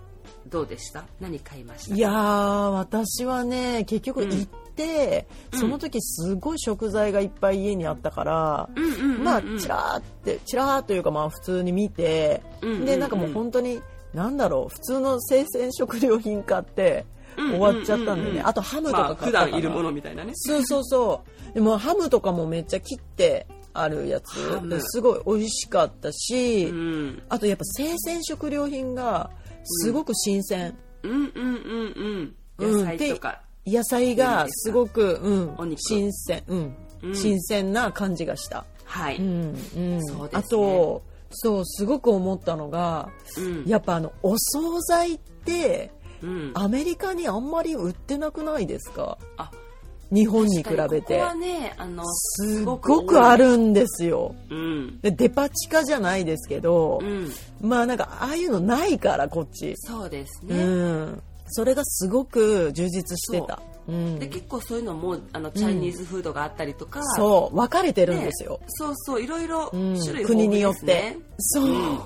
S1: どうでした何買いました
S2: いやー私はね結局
S1: うん
S2: 行って、
S1: うん
S2: その時すごい食材がいっぱい家にあったから、
S1: うんうんうんうん
S2: まあちらーってちらーというかまあ普通に見て、
S1: うんうんうん
S2: でなんかもう本当になんだろう普通の生鮮食料品買って
S1: うんうんう
S2: 終
S1: ん
S2: わっちゃったんだよね、あとハムと
S1: まあ
S2: か買
S1: 普
S2: ったかな、
S1: 段いるものみたいなね
S2: そうそうそうでもハムとかもめっちゃ切ってあるやつ
S1: ハム
S2: すごい美味しかったし、
S1: うん
S2: あとやっぱ生鮮食料品がすごく新鮮、
S1: うんうんうんうん
S2: うん
S1: 野菜とか、
S2: 野菜がすごく、
S1: お
S2: うん、
S1: 肉
S2: 新鮮、うん
S1: うん
S2: 新鮮な感じがした、
S1: はい、
S2: うんうん
S1: そうですね
S2: あとそうすごく思ったのが
S1: うん
S2: やっぱあのお惣菜って
S1: うん、
S2: アメリカにあんまり売ってなくないですか
S1: あ
S2: 日本に比べ
S1: 確かにここ
S2: て
S1: はねあの
S2: す
S1: ご
S2: ご
S1: く多い
S2: くあるんですよ
S1: うん
S2: でデパ地下じゃないですけど、
S1: うん
S2: まあなんかああいうのないからこっち、
S1: そうです
S2: う
S1: ね、
S2: んそれがすごく充実してたうん
S1: で結構そういうのもあのチャイニーズフードがあったりとか、
S2: そう分かれてるん
S1: ね
S2: ですよ、
S1: そうそういろいろ
S2: うん
S1: 種類、豊富
S2: 国によっ
S1: です
S2: て
S1: ね、
S2: そう、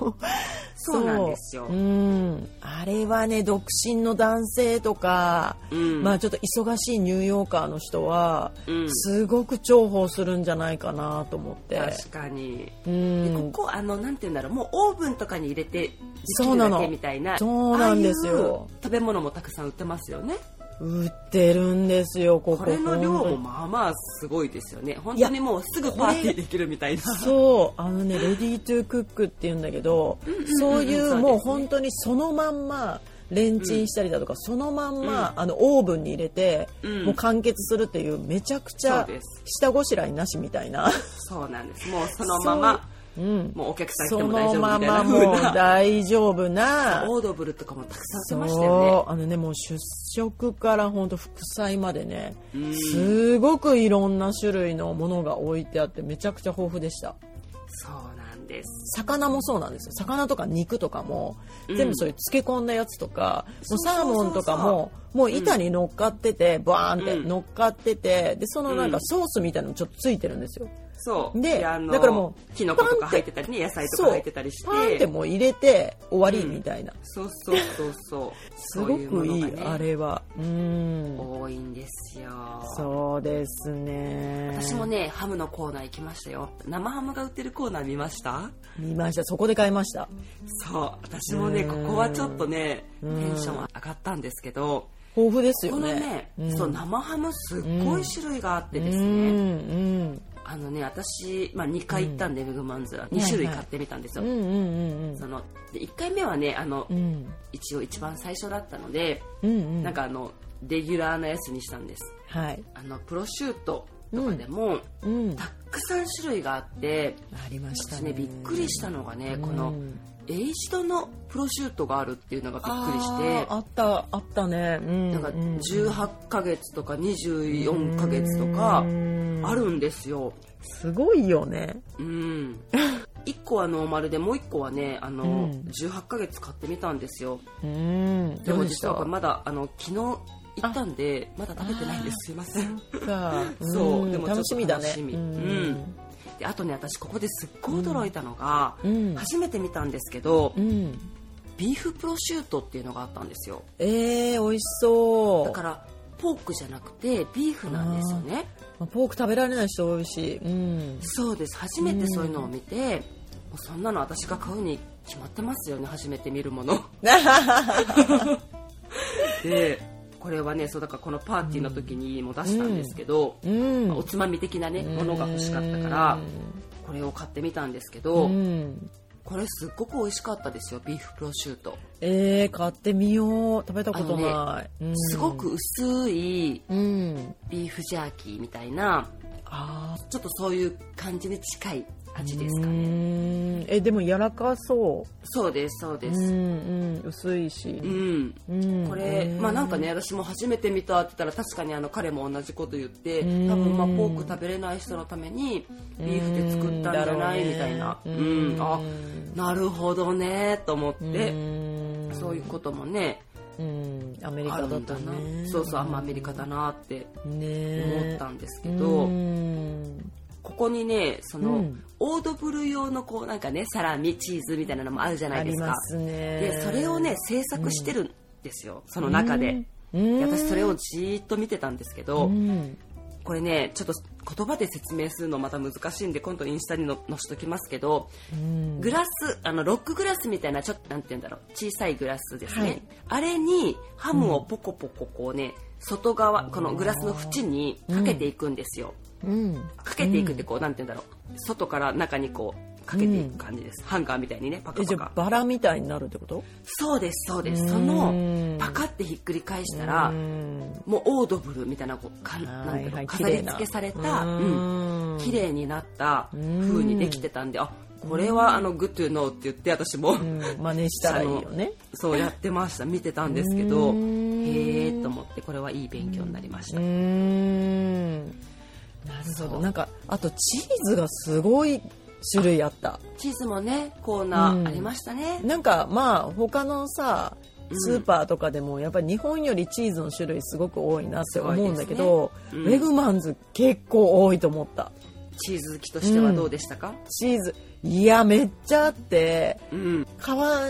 S1: そうなんですよ
S2: うんあれはね独身の男性とか、
S1: うん
S2: まあちょっと忙しいニューヨーカーの人は、
S1: うん
S2: すごく重宝するんじゃないかなと思って
S1: 確かに、
S2: う
S1: で
S2: ん
S1: ここあのなんて言うんだろうもうオーブンとかに入れてでき
S2: そう
S1: る
S2: な
S1: だ
S2: の
S1: けみたいな
S2: そうなんですよ
S1: ああいう食べ物もたくさん売ってますよね
S2: 売ってるんですよここ
S1: これの量
S2: 本当
S1: も
S2: に
S1: まあまあすごいですよね本
S2: いや
S1: 当にもうすぐパーティーできるみたいな
S2: そうあのねレディートゥークックっていうんだけど、そうい
S1: そう
S2: う
S1: ですね
S2: もう本当にそのまんまレンチンしたりだとか、そのまんま、あのオーブンに入れて、
S1: うん
S2: もう完結するっていうめちゃくちゃ
S1: そうです
S2: 下ごしらえなしみたいな、
S1: そうなんですもうそのまま
S2: そううん、
S1: もうお客さん来
S2: そ
S1: ても大
S2: の
S1: 丈夫み
S2: ま
S1: たいな
S2: ま
S1: 風
S2: もう
S1: な
S2: 大丈夫な
S1: オードブルとかもたくさん売ってましたよね
S2: そうあのねもう出食から本当副菜までね
S1: うん
S2: すごくいろんな種類のものが置いてあってめちゃくちゃ豊富でした
S1: そうなんです
S2: 魚もそうなんですよ魚とか肉とかも
S1: うん
S2: 全部そういう漬け込んだやつとか、
S1: そうそうそうそう
S2: もうサーモンとかももう板に乗っかってて、バーンって
S1: うん
S2: 乗っかっててでそのなん
S1: う
S2: か
S1: ん
S2: ソースみたいなのもちょっとついてるんですよ
S1: そう
S2: で
S1: あの
S2: だからもう
S1: キノコとか入ってたりね野菜と
S2: そ
S1: か
S2: う
S1: 入ってたりして
S2: パンってもう入れて終わりみたいな、
S1: そうそうそうそう
S2: すご
S1: そう
S2: く
S1: いう
S2: いい
S1: ものがね
S2: あれはうん
S1: 多いんですよ
S2: そうですね
S1: 私もねハムのコーナー行きましたよ生ハムが売ってるコーナー見ました
S2: 見ましたそこで買いました
S1: そう私もねここはちょっとねテ
S2: うん
S1: ンション上がったんですけど
S2: 豊富です
S1: こ
S2: よ
S1: の
S2: ね
S1: ね、
S2: ん
S1: そう生ハムすっごい種類があってです
S2: う
S1: ね、
S2: ん
S1: あのね私、まあ、2回行ったんで、メグマンズは2種類
S2: は
S1: 買
S2: いはい
S1: ってみたんです
S2: う
S1: よ、
S2: んうんうん
S1: そので1回目はねあの、
S2: うんうん
S1: 一応一番最初だったので、
S2: うんうん
S1: なんかあのレギュラーなやつにしたんです
S2: はい
S1: あのプロシュートとかでも、
S2: うん
S1: たくさん種類があって
S2: ありました
S1: 私
S2: ね
S1: ねびっくりしたのがね、こ
S2: う
S1: の
S2: ん
S1: エイジドのプロシュートがあるっていうのがびっくりし
S2: あ
S1: て
S2: ーあったあったねうん
S1: なんか18ヶ月とか24ヶ月と
S2: う
S1: か
S2: ん
S1: あるんですよ
S2: すごいよね
S1: うん1個はノーマルでもう1個はねあの、
S2: うん
S1: 18ヶ月買ってみたんですよ
S2: うん
S1: で
S2: ど
S1: も
S2: うし
S1: 実
S2: た
S1: はこれまだあの昨日行ったんでまだ食べてないんですすいません
S2: か
S1: そう、
S2: ん
S1: でもちょっと
S2: 楽しみだね
S1: 楽しみ
S2: う
S1: うん
S2: ん
S1: であとね私ここですっごい驚いたのが、
S2: うん
S1: 初めて見たんですけど、
S2: うん
S1: ビーフプロシュートっていうのがあったんですよ
S2: えー美味しそう
S1: だからポークじゃなくてビーフなんですよね
S2: まあポーク食べられない人多いし、うん、
S1: そうです初めてそういうのを見て、もうそんなの私が買うに決まってますよね初めて見るもの (laughs) でこれはねそうだからこのパーティーの時にも出したんですけど、
S2: うん
S1: まあおつまみ的なねものが欲しかったからこれを買ってみたんですけ
S2: う
S1: ど、
S2: ん、
S1: これすっごく美味しかったですよビーフプロシュート
S2: えー、買ってみよう食べたことない、うん
S1: すごく薄い
S2: うん
S1: ビーフジャーキーみたいな
S2: あ
S1: ちょっとそういう感じに近い
S2: ー
S1: 味ですかね、
S2: うんえでも柔らかそ
S1: そうですそう
S2: う
S1: で
S2: う
S1: す
S2: んうん薄いし
S1: う、ん
S2: うん、
S1: これ、
S2: うん
S1: まあなんかね私も初めて見たって言ったら確かにあの彼も同じこと言って多
S2: うん
S1: 分まあポーク食べれない人のためにビーフで作ったんじゃないみたいなう
S2: うん
S1: ん、
S2: だろうね
S1: あなるほどねと思っ
S2: うん
S1: て、そういうこともね
S2: うんアメリ
S1: あ
S2: カ
S1: る
S2: だ
S1: ん
S2: と
S1: だな、
S2: ね
S1: そうそうあんまアメリカだなって
S2: ね
S1: 思ったんですけ
S2: け
S1: ど、
S2: うん
S1: ここにねその、
S2: うん
S1: オードブル用のこうなんかねサラミチーズみたいなのもあるじゃない
S2: あ
S1: で
S2: り
S1: すか
S2: ますね
S1: でそれをね制作してるんですよ、その中で,、
S2: うん
S1: で私それをじーっと見てたんですけど、
S2: うん
S1: これねちょっと言葉で説明するのまた難しいんで今度インスタにの載しときますけど、
S2: うん
S1: グラスあのロックグラスみたいなちょっとなんて言うんだろう小さいグラスですね、
S2: はい
S1: あれにハムをポコポコこうね外側このグラスの縁にかけていくんですよ、
S2: ううん
S1: かけていくってこう、なんて言うんだろう外から中にこうかけていく感じです、ハンガーみたいにねパカ
S2: えじ
S1: パ
S2: ゃあ
S1: カ
S2: バラみたいになるってこと
S1: そうですそうです
S2: うん
S1: そのパカってひっくり返したら
S2: うん
S1: もうオードブルみたいなこうかなんだ
S2: は
S1: ろ
S2: いうはい
S1: 飾り付けされたうん綺麗になった風にできてたんであこれはあのグッドゥノーって言って私も、
S2: うん真似したらいいよね
S1: そうやってました見てたんですけど
S2: う
S1: へ
S2: ん
S1: えと思ってこれはいい勉強になりまし
S2: う
S1: た、
S2: ーんなるほどなんかあとチーズがすごい種類あった
S1: チーズもねコーナーありましたね、
S2: なんかまあ他のさ
S1: うん
S2: スーパーとかでもやっぱり日本よりチーズの種類すごく多いなって思うんだけど、
S1: すごいですねうん
S2: レグマンズ結構多いと思った
S1: チーズ好きとしてはどうでしたか、
S2: チーズいやめっちゃあって
S1: うん
S2: 買わ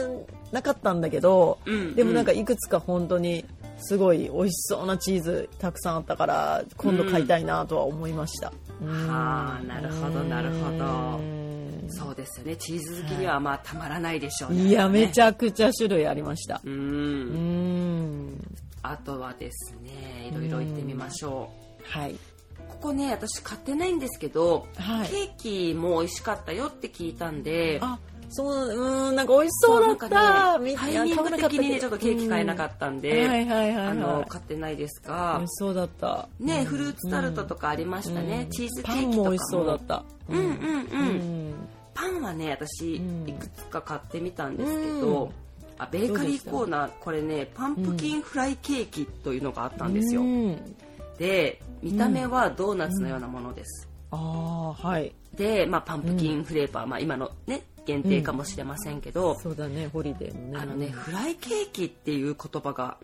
S2: なかったんだけど
S1: うん
S2: でもなんかいくつか本当にすごい美味しそうなチーズたくさんあったから今度買いたいなとは思いました、うん
S1: はあなるほどなるほど
S2: うん
S1: そうですよねチーズ好きにはまあたまらないでしょうね
S2: いやめち
S1: ゃ
S2: ゃくちゃ種類ありました
S1: う
S2: うんん
S1: あとはですねいろいろ行ってみましょ
S2: はい、
S1: うここね私買ってないんですけど、
S2: はい
S1: ケーキも美味しかったよって聞いたんで
S2: あそううんなんか美味しそうだった
S1: そうなんかね
S2: み
S1: タイミング的にねちょっとケーキ買えなか
S2: っ
S1: ったん
S2: たけどうんは
S1: で、
S2: いはいはい、はい、
S1: あの買ってないです
S2: 美
S1: が
S2: 味しそうだった
S1: ねフルーツタルトとかありましたね、
S2: うん
S1: チーズケ
S2: パン
S1: ーキとか
S2: も美
S1: も
S2: 味しそうだった
S1: うんうんうん、
S2: うん
S1: パンはね私
S2: うん
S1: いくつか買ってみたんですけど、
S2: うん
S1: あベーカリーコーナーこれねパンプキンフライケーキというのがあったんですよ、
S2: うん
S1: で見た目はドーナツのようなものです、
S2: ああはい
S1: で、まあ、パンプキンフレーバー、まあ、今のね限定かもしれませんけど、
S2: そうだねホリデーのね
S1: あのねフライケーキっていう言葉が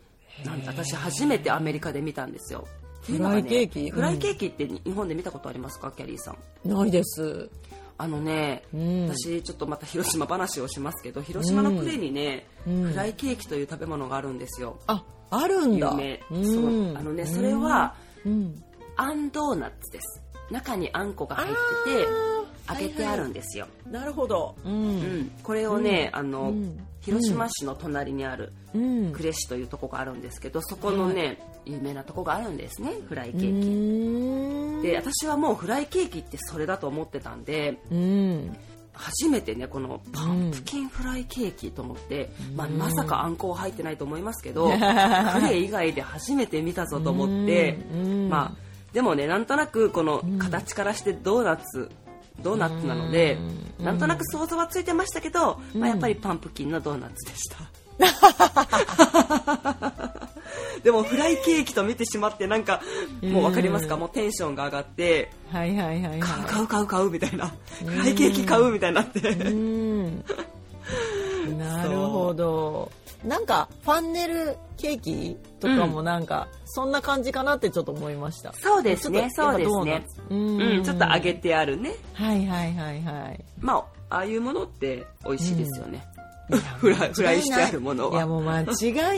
S1: なんて私初めてアメリカで見たんですよっていうのがね
S2: フライケーキ
S1: フライケーキって日本で見たことありますかキャリーさん
S2: ないです
S1: あのね、
S2: うん
S1: 私ちょっとまた広島話をしますけど広島のプレーにね、
S2: うん
S1: フライケーキという食べ物があるんですよ
S2: ああるん
S1: 有
S2: だ
S1: 名、
S2: うん
S1: そうあのねそれは
S2: うん
S1: あんドーナツです中にあんこが入ってて
S2: あー
S1: 揚げてあるんですよ、
S2: なるほどうん
S1: うん、これをね、あの
S2: うん
S1: 広島市の隣にある
S2: うん
S1: 呉市というとこがあるんですけどそこのね有名なとこがあるんですねフライケ
S2: う
S1: ーキ
S2: ーん
S1: で私はもうフライケーキってそれだと思ってたんで
S2: うん
S1: 初めてねこのパンプキンフライケーキと思って、まあ、まさかあんこは入ってないと思いますけ
S2: (laughs)
S1: どクレー以外で初めて見たぞと思って
S2: (laughs) うんうん
S1: まあでもねなんとなくこの形からしてドーナツドーナツなので
S2: うん
S1: なんとなく想像はついてましたけど、まあ、やっぱりパンプキンのドーナツで (laughs) した。でもフライケーキと見てしまってなんかもう分かりますかもうテンションが上がって
S2: はいはいはい
S1: 買う
S2: は
S1: 買う買う買うみたいなフライケーキ買うみたいになって
S2: いうんなるほどなんかファンネルケーキとかもなんか、そんな感じかなってちょっと思いました
S1: そうです (laughs) ね、
S2: ち
S1: そ
S2: ょっ
S1: う
S2: と
S1: で
S2: やっ
S1: す
S2: ぱ
S1: ね。う
S2: ドーナツ
S1: ん、ちょっと揚げてあるね。
S2: はいはいはいはい
S1: まあ、ああいうものって美味しいですよね。
S2: いや
S1: (laughs) フライフライしてあるもの
S2: いや
S1: は。
S2: もう間違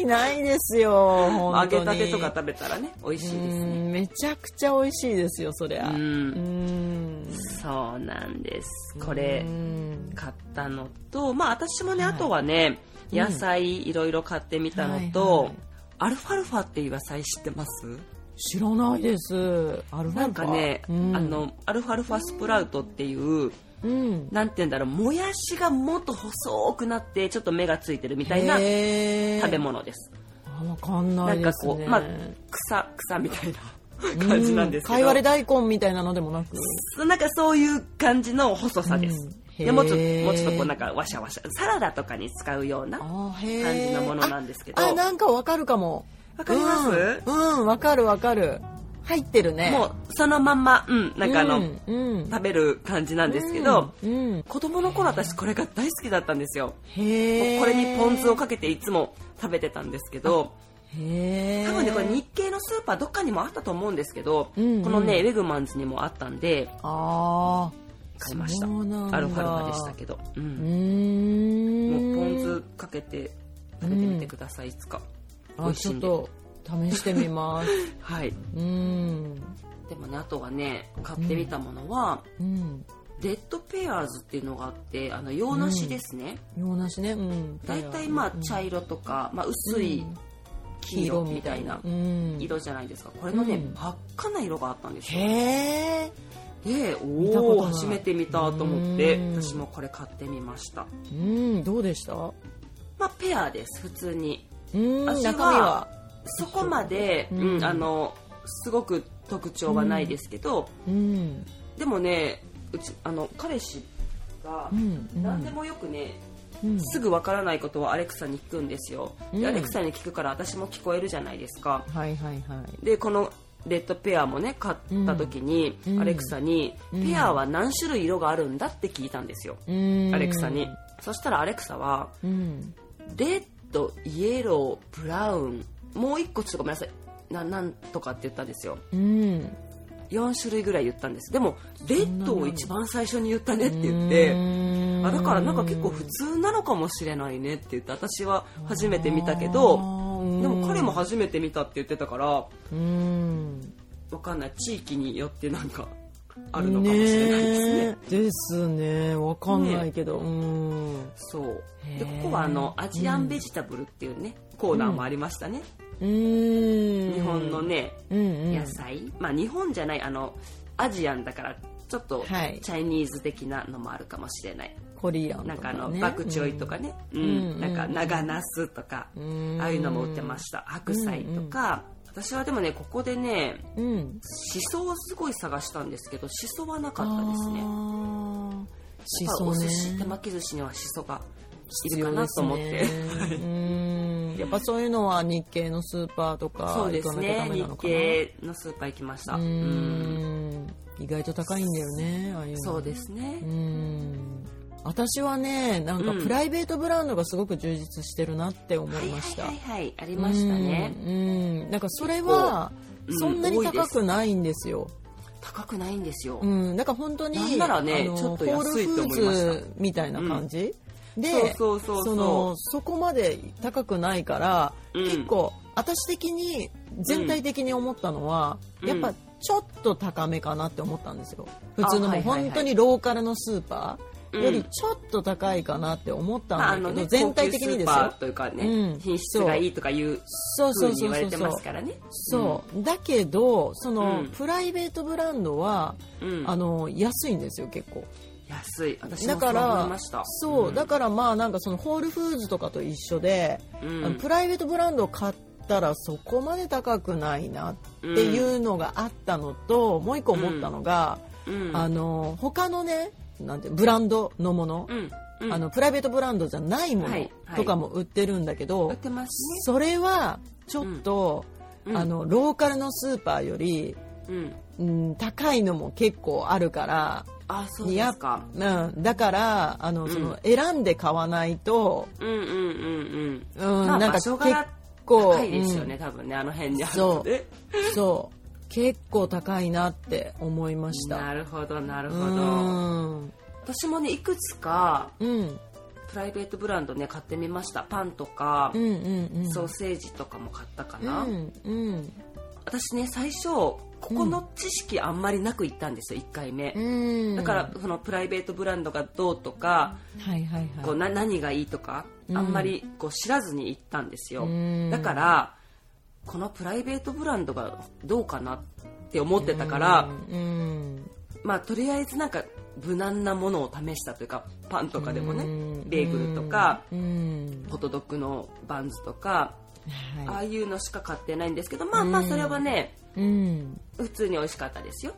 S2: いないですよ
S1: 揚
S2: 本当
S1: げ
S2: に
S1: たてとか食べたらね、美味しいですね。
S2: うんめちゃくちゃ美味しいですよそりゃ
S1: う、
S2: うんん
S1: そうなんです。こ
S2: う
S1: れ、
S2: ん
S1: 買ったのと、まあ私もね、あとはね、野菜いろいろ買ってみたの
S2: はいは
S1: と
S2: い、
S1: アルファルファっていう野菜知ってます
S2: 知らないですアルファルファ
S1: なんかね、
S2: うん
S1: あの、アルファルファスプラウトっていう、
S2: うん
S1: なんて言うんだろう、もやしがもっと細くなって、ちょっと芽がついてるみたいな
S2: 食
S1: 食べ物です。
S2: わかん
S1: な
S2: ない
S1: ん
S2: で
S1: か
S2: す
S1: こ
S2: ね
S1: う、まあ、草、草みたいな感じなんです
S2: か
S1: け
S2: い
S1: ど
S2: われ、大根みたいなのでもなく
S1: そうなんかそういう感じの細さです
S2: うん。へー
S1: でもうちょっと、もうちょっとこうなんかワシャワシャ、サラダとかに使うような感
S2: あーへー
S1: じのものなんですけど、
S2: ああ
S1: わ
S2: なんかわかるかも
S1: かります、
S2: うんうんわかるわかる入ってるね
S1: もうそのまんま、うん、なんかあの、
S2: うんうん
S1: 食べる感じなんですけど、
S2: うんうん
S1: 子供の頃私これが大好きだったんですよ。
S2: へえ
S1: これにポン酢をかけていつも食べてたんですけど、
S2: へえ
S1: 多分ねこれ日系のスーパーどっかにもあったと思うんですけど、
S2: うんうん
S1: このねウェグマンズにもあったんで
S2: ああ
S1: 買いました
S2: そうなんだ
S1: アルファルファでしたけど、う
S2: うー
S1: ん
S2: ん
S1: もうポン酢かけて食べてみてください、いつか美
S2: あ
S1: 味し
S2: ち
S1: い
S2: ょ
S1: んで
S2: っと試してみます
S1: はい、
S2: うん
S1: でもねあとはね買ってみたものは、
S2: うん
S1: デッドペアーズっていうのがあってあの洋梨ですね、
S2: 洋梨ねうん
S1: 大体まあ茶色とか、まあ、薄い黄色みたいな
S2: うん
S1: 色じゃないですかこれのね、
S2: うん
S1: 真っ赤な色があったんですよ
S2: へえ
S1: で
S2: 見たこ
S1: お
S2: と
S1: お
S2: ない
S1: 初めて見たと思って
S2: うん
S1: 私もこれ買ってみました
S2: うんどうでしたう
S1: まあペアです普通に
S2: ん中
S1: 味
S2: 身
S1: は
S2: は
S1: そこまで、う
S2: うんん
S1: あのすごく特徴はないですけど、
S2: うん
S1: でもねうちあの彼氏が
S2: うんうん
S1: 何でもよくね、
S2: うん
S1: すぐわからないことをアレクサに聞くんですよ、で
S2: うん
S1: アレクサに聞くから私も聞こえるじゃないですか
S2: はいはいはい
S1: でこのレッドペアもね買った時に、
S2: うん
S1: アレクサに、
S2: うん
S1: ペアは何種類色があるんだ?」って聞いたんですよ、
S2: うん
S1: アレクサにそしたらアレクサは
S2: うん
S1: 「レッドイエローブラウンもう一個ちょっとごめんなさいななんとか」って言ったんですよ
S2: うん
S1: 4種類ぐらい言ったんですでも「レッドを一番最初に言ったね」って言っ
S2: う
S1: て。
S2: ん
S1: あだからなんか結構普通なのかもしれないねって言って私は初めて見たけど
S2: うん
S1: でも彼も初めて見たって言ってたから
S2: うん
S1: わかんない地域によってなんかあるのかもしれないですね
S2: ねえですねわかんないけど、うん
S1: そう
S2: へ
S1: でこ
S2: ー
S1: こはあのアジアンベジタブルっていうね、コーナーもありましたね、
S2: うん
S1: 日本のね、
S2: うんうん
S1: 野菜、まあ日本じゃないあのアジアンだからちょっとチ
S2: はい
S1: ャイニーズ的なのもあるかもしれない、
S2: コリアンとか、
S1: な
S2: ね、
S1: んかあの、バクチョイとかね、うん
S2: うん
S1: なんか長ナスとか、
S2: うん
S1: ああいうのも売ってました白菜とか、私はでもねここでね
S2: うん
S1: しそをすごい探したんですけどしそはなかったですね
S2: あ
S1: やっ
S2: ーし
S1: ぱ
S2: そ
S1: お
S2: ね
S1: 寿司手巻き寿司にはしそがいるかなと思って、
S2: 必要ですねうんやっぱそういうのは日系のスーパーとか
S1: そうで
S2: 行
S1: す
S2: かなきゃダ
S1: ね
S2: メなの
S1: 日
S2: かな
S1: 系のスーパー行きました
S2: う
S1: うん
S2: ん意外と高いんだよねああいうの
S1: そうですね
S2: うん私はねなんか
S1: うん
S2: プライベートブランドがすごく充実してるなって思いました、
S1: はいはいはいありましたね
S2: うんうんなんかそれは
S1: 結構
S2: そんなに
S1: うん多いで
S2: 高
S1: す
S2: くないんですよ、
S1: 高くないんですよ、
S2: うん、なんか本当に
S1: なんならね
S2: あの
S1: ちょっと安いと思いました
S2: ホールフーズみたいな感じ、で
S1: そうそうそうそう
S2: そのそこまで高くないから、
S1: うん
S2: 結構私的に全体的に思ったのは、
S1: うん
S2: やっぱちょっと高めかなって思ったんですよ普通の
S1: あはいうはい
S2: も
S1: はい
S2: 本当にローカルのスーパ
S1: うん
S2: ーよりちょっと高いかなって思った
S1: まああ
S2: ん
S1: の
S2: だけど、
S1: ね
S2: 全体的に
S1: 高級
S2: です
S1: スーパ
S2: よ
S1: ーというかね、
S2: うん
S1: 品質がいいとかいう
S2: そう
S1: ふ
S2: そうう
S1: に
S2: そ
S1: 言
S2: う
S1: わ
S2: そ
S1: れ
S2: う
S1: て
S2: そ
S1: ま
S2: う
S1: すからね
S2: そうだけどその、
S1: うん
S2: プライベートブランドは、
S1: うん、うん
S2: あの安いんですよ結構
S1: 安い私
S2: だ
S1: もそう
S2: か
S1: 思い
S2: ら
S1: ました
S2: そう、
S1: ん
S2: だからまあなんかそのホールフーズとかと一緒で、
S1: うん
S2: あのプライベートブランドを買ったらそこまで高くないなっていうのがあったのと、もう一個思ったのが、
S1: うん
S2: あの他のねなんてブランドのもの
S1: う、んうん
S2: あのプライベートブランドじゃないも
S1: は
S2: の
S1: いはい
S2: とかも売ってるんだけど、
S1: 売ってます
S2: それはちょっと、
S1: うん
S2: あのローカルのスーパーより、
S1: ねうん
S2: うん、高いのも結構あるから。
S1: あそうですか
S2: うん、だからあの、
S1: ん
S2: その選んで買わないと、
S1: うんうんうん
S2: うん
S1: うんまあ
S2: なんか
S1: 場
S2: 結
S1: 所柄
S2: 構
S1: 高いですよね、多分ねあの辺にあるので
S2: うんそう結構高いなって思いました。
S1: な
S2: る
S1: るほどなるほど私もねいくつか
S2: うんうん
S1: プライベートブランドね買ってみましたパンとか、
S2: うんうんうん
S1: ソーセージとかも買ったか
S2: う
S1: な、
S2: んうん
S1: 私ね最初ここの知識あんまりなく行ったんですよ1回目、
S2: うん
S1: だからそのプライベートブランドがどうとか、
S2: はいはい
S1: こう
S2: は
S1: な何がいいとか、
S2: うん
S1: あんまりこう知らずに行ったんですよ、
S2: うん
S1: だからこのプライベートブランドがどうかなって思ってたから、
S2: い。うん
S1: まあとりあえずなんか無難なものを試したというかパンとかでもね、
S2: うん
S1: ベーグルとか、
S2: うん
S1: ホットドッグのバンズとか、あ
S2: は
S1: あいうのしか買ってないんですけどまあまあ
S2: うん
S1: それはね、
S2: い。うん。
S1: 普通に美味しかったですよ、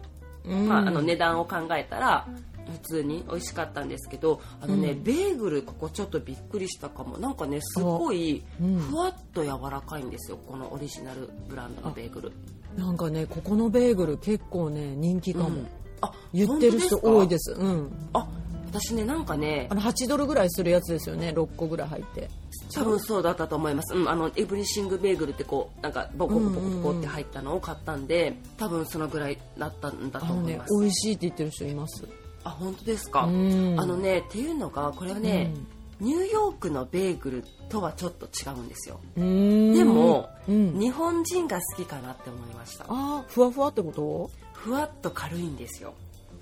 S2: うん
S1: まあ、あの値段を考えたら普通に美味しかったんですけどあのね、
S2: うん
S1: ベーグルここちょっとびっくりしたかもなんかねすごい
S2: うん
S1: ふわっと柔らかいんですよこのオリジナルブランドのベーグル
S2: なんかねここのベーグル結構ね人気かも、
S1: うんあ
S2: 言ってる人多いですす。うん。
S1: かあ私ねなんかね
S2: あの8ドルぐらいするやつですよね6個ぐらい入って
S1: 多分そうだったと思います、うん、あのエブリシングベーグルってこうなんかボコボコボコボコって入ったのを買ったんで多分そのぐらいだったんだ
S2: あ
S1: と
S2: の
S1: 思い
S2: ね
S1: ます、
S2: 美味しいって言ってる人います
S1: あ本当ですか、
S2: うん
S1: あのねっていうのがこれはね、ニューヨークのベーグルとはちょっと違うんですよで
S2: で
S1: も、
S2: うん、
S1: 日本人が好きかなって思いました
S2: あーふわふわってこと
S1: ふわっと軽いんですよ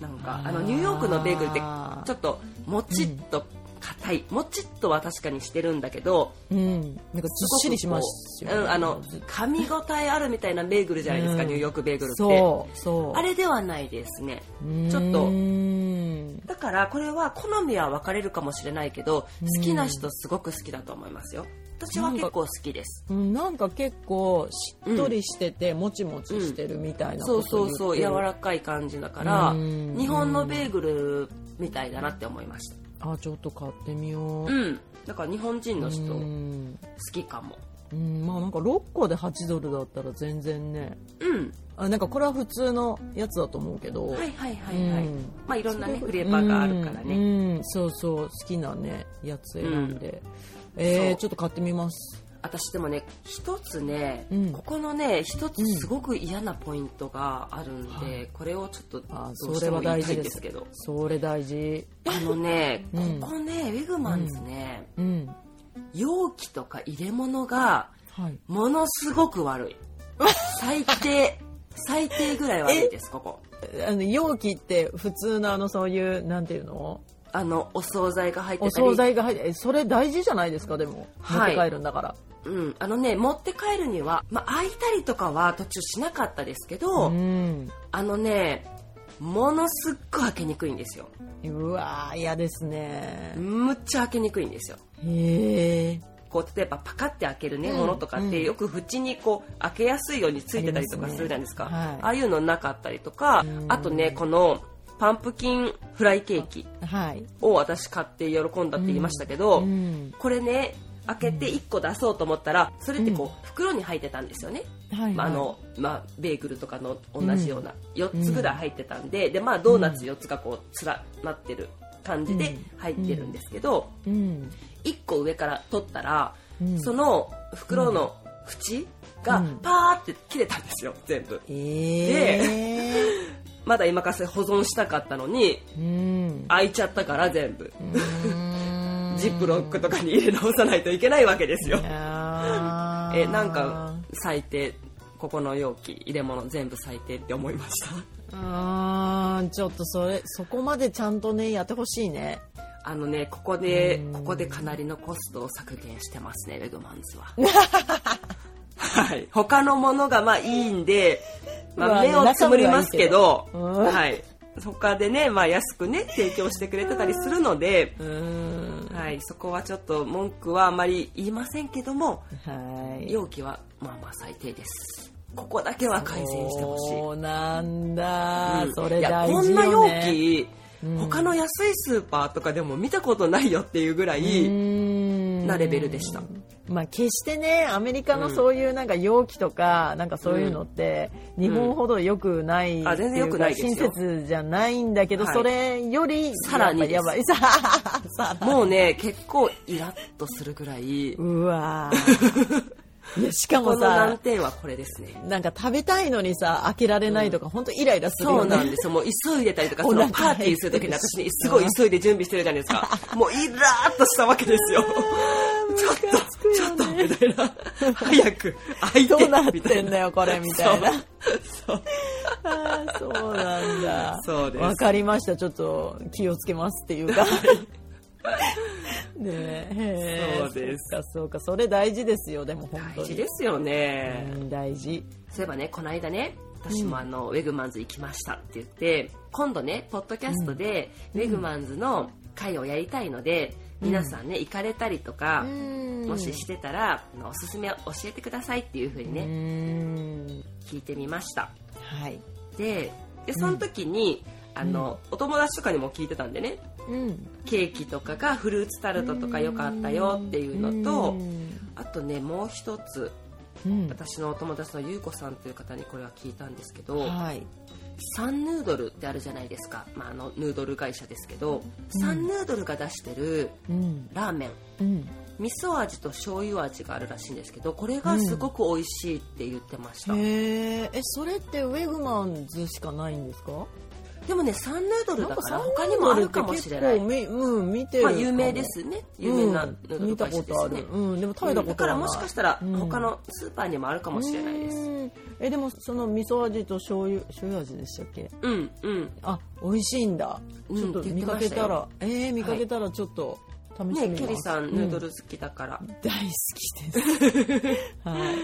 S1: なんか
S2: あー
S1: あのニューヨークのベーグルってちょっともちっと硬はい、もちっとは確かにしてるんだけど、
S2: うん、なんかずっしりしますよね、
S1: うん、あの噛み応えあるみたいなベーグルじゃないですか、
S2: うん
S1: ニューヨークベーグルって
S2: そうそう
S1: あれではないですね
S2: うん
S1: ちょっと
S2: うん
S1: だからこれは好みは分かれるかもしれないけど好きな人すごく好きだと思いますよ私は結構好きです
S2: うんなんか結構しっとりしてて、もちもちしてるみたいな
S1: そう
S2: こと
S1: そうそう柔
S2: 言ってる
S1: らかい感じだから
S2: うん
S1: 日本のベーグルみたいだなって思いました
S2: あちょっと買ってみよう、
S1: うんだから日本人の人
S2: う
S1: 好
S2: ん
S1: きかも
S2: うんまあなんか6個で8ドルだったら全然ね
S1: うん
S2: あなんかこれは普通のやつだと思うけど、
S1: はいはいはいはい
S2: うん
S1: まあいろんなね
S2: そ
S1: フ
S2: れ
S1: レーバーがあるから
S2: う
S1: ね
S2: んうんそうそう好きなねやつ選んで、え
S1: そう
S2: ー、ちょっと買ってみます
S1: 私でもね一つね
S2: うん
S1: ここのね一つすごく嫌なポイントがあるんでこれをちょっと
S2: あ
S1: どう
S2: そ
S1: して
S2: れ
S1: も
S2: は
S1: 言
S2: 大
S1: いたい
S2: 事
S1: ん
S2: で
S1: ですすけど
S2: それ大事
S1: あのね、
S2: (laughs) うん
S1: ここね、ウィグマンズね、
S2: うん
S1: 容器とか入れ物が
S2: はい
S1: ものすごく
S2: (laughs)
S1: 悪い。最低、最低ぐらい悪いです、ここ。
S2: あの容器って普通のあのそういうなんていうの
S1: あの、お惣菜が入って
S2: お
S1: たり
S2: 惣、菜が入ってえそれ大事じゃないですかでも持っ
S1: はい
S2: て帰るんだから、
S1: うん、あのね、持って帰るには、まあ、開いたりとかは途中しなかったですけど、
S2: うん
S1: あのね、ものすっごい開けにくいんですよ。
S2: うわー嫌ですね
S1: むっちゃ開けにくいんですよ。
S2: へえ
S1: こう例えばパカって開けるね、
S2: うん
S1: ものとかって
S2: うん
S1: よく縁にこう開けやすいようについてたりとかするじゃないですかあ
S2: ありますねはい
S1: あいうのなかったりとか
S2: うん
S1: あとねこのパンプキンフライケーキ
S2: はい
S1: を私買って喜んだって言いましたけど、
S2: うん
S1: これね開けて1個出そうと思ったらそれってこう袋に入ってたんですよね、
S2: はいはい
S1: まああのまあ、ベーグルとかの同じような4つぐらい入ってたんで,、でまあ、ドーナツ4つがこう連なってる感じで入ってるんですけど、
S2: うん
S1: 1個上から取ったら、
S2: うん
S1: その袋の縁が
S2: うん
S1: パーって切れたんですよ全部
S2: ええ
S1: まだ今からそれ保存したかったのに
S2: うん
S1: 開いちゃったから全部
S2: うーん
S1: ジップロックとかに入れ直さないといけないわけですよ
S2: いやー
S1: えなんか最低ここの容器入れ物全部最低って思いました
S2: あーちょっとそれそこまでちゃんとねやってほしいね
S1: あのねここで
S2: うん
S1: ここでかなりのコストを削減して
S2: (laughs)
S1: ますねウェグマンズははい他のものがまあいいんで、ま
S2: ま
S1: あ、
S2: あ
S1: 目をつむりますけど
S2: 中身はいいけどうん
S1: はい他でね、まあ、安くね提供してくれてたりするので、
S2: うーん
S1: はい、そこはちょっと文句はあまり言いませんけども
S2: はい
S1: 容器はまあまあ最低ですここだけは改善してほしい
S2: そうなんだ、
S1: うん
S2: それ
S1: いや
S2: 大
S1: こ
S2: 事
S1: んな
S2: よ、
S1: 容
S2: ね、
S1: 器、
S2: うん
S1: 他の安いスーパーとかでも見たことないよっていうぐらい、な
S2: な
S1: レベルでした
S2: まあ、決してねアメリカのそういうなんか容器とか、なんかそういうのって日本ほど良くない、
S1: あ全然良くないですよ
S2: ってうか親切じゃないんだけど、
S1: はい
S2: それより
S1: さらにです
S2: やっぱやばい (laughs) ささら
S1: もうね結構イラッとするぐらい、こ
S2: うわ
S1: (laughs)
S2: ーいやしかも
S1: の難
S2: さ
S1: 点はこれですね
S2: なんか食べたいのにさ開けられないとか、ほんとイライラする
S1: そ
S2: よ
S1: う
S2: ね
S1: なんですよもう急いでたりとかそ
S2: お
S1: のパー
S2: 腹
S1: ティーするときに私にすごい急いで準備してるじゃないです
S2: (laughs)
S1: かもうイラーっとしたわけですよちょっとちょっとみたいな早く開いて
S2: (laughs) どうなっ
S1: みた
S2: て
S1: い
S2: ん
S1: な
S2: だよこれみたいな
S1: そうそう
S2: あー (laughs) そうなんだ。
S1: そうです
S2: わかりました。ちょっと気をつけますっていうか。 (laughs) ねえ。へー
S1: そうです。
S2: そっか、そうか。それ大事ですよ、でも本当
S1: 大
S2: に。
S1: 事ですよね、
S2: うん大事。
S1: そういえばねこの間ね私もあの、ウェグマンズ行きましたって言って今度ねポッドキャストで、ウェグマンズの会をやりたいので、
S2: うん
S1: 皆さんね行かれたりとか、も
S2: も
S1: ししてたらあのおすすめを教えてくださいっていう風にね、
S2: ね。
S1: 聞いてみました
S2: はい。
S1: ででその時に、あのお友達とかにも聞いてたんでね
S2: うん。
S1: ケーキとかがフルーツタルトとか良かったよっていうのと、
S2: うん
S1: あとねもう一つ
S2: うん。
S1: 私のお友達のゆうこさんという方にこれは聞いたんですけど、
S2: はい。
S1: サンヌードルってあるじゃないですか、まあ、あのヌードル会社ですけど、
S2: うん
S1: サンヌードルが出してる
S2: うん。
S1: ラーメン
S2: うん。
S1: 味噌味と醤油味があるらしいんですけどこれがすごく美味しいって言ってました、
S2: へえ。え、それってウェグマンズしかないんですか
S1: でもねサンヌードル
S2: なん
S1: だ
S2: か
S1: から
S2: サン
S1: 他
S2: ヌ
S1: に
S2: ー
S1: も
S2: ド
S1: あ
S2: ル
S1: る
S2: って
S1: かもし
S2: 結
S1: れな
S2: 構
S1: い
S2: み、うん、見てる
S1: ま
S2: か
S1: あ
S2: も。
S1: 有名ですね有名なヌー
S2: う
S1: ド
S2: ん、見
S1: ル
S2: た
S1: 会社
S2: こ
S1: で
S2: とあ
S1: す
S2: る、
S1: ね
S2: うん、でも食べた
S1: だ
S2: こと
S1: か
S2: あ
S1: ら
S2: る、
S1: もしかしたら
S2: うん
S1: 他のスーパーにもあるかもしれないです
S2: うんえでもその味噌味と醤油醤油味でしたっけ
S1: うんうん
S2: あ美味しいんだ、
S1: うん
S2: ちょっと
S1: 言っ
S2: 見
S1: てま
S2: か
S1: し
S2: け
S1: たよ
S2: たらえー、見かけたらちょっと試して
S1: ね
S2: みます
S1: ケリさんヌードル
S2: うん
S1: 好きだから
S2: 大好きです
S1: (laughs)
S2: はい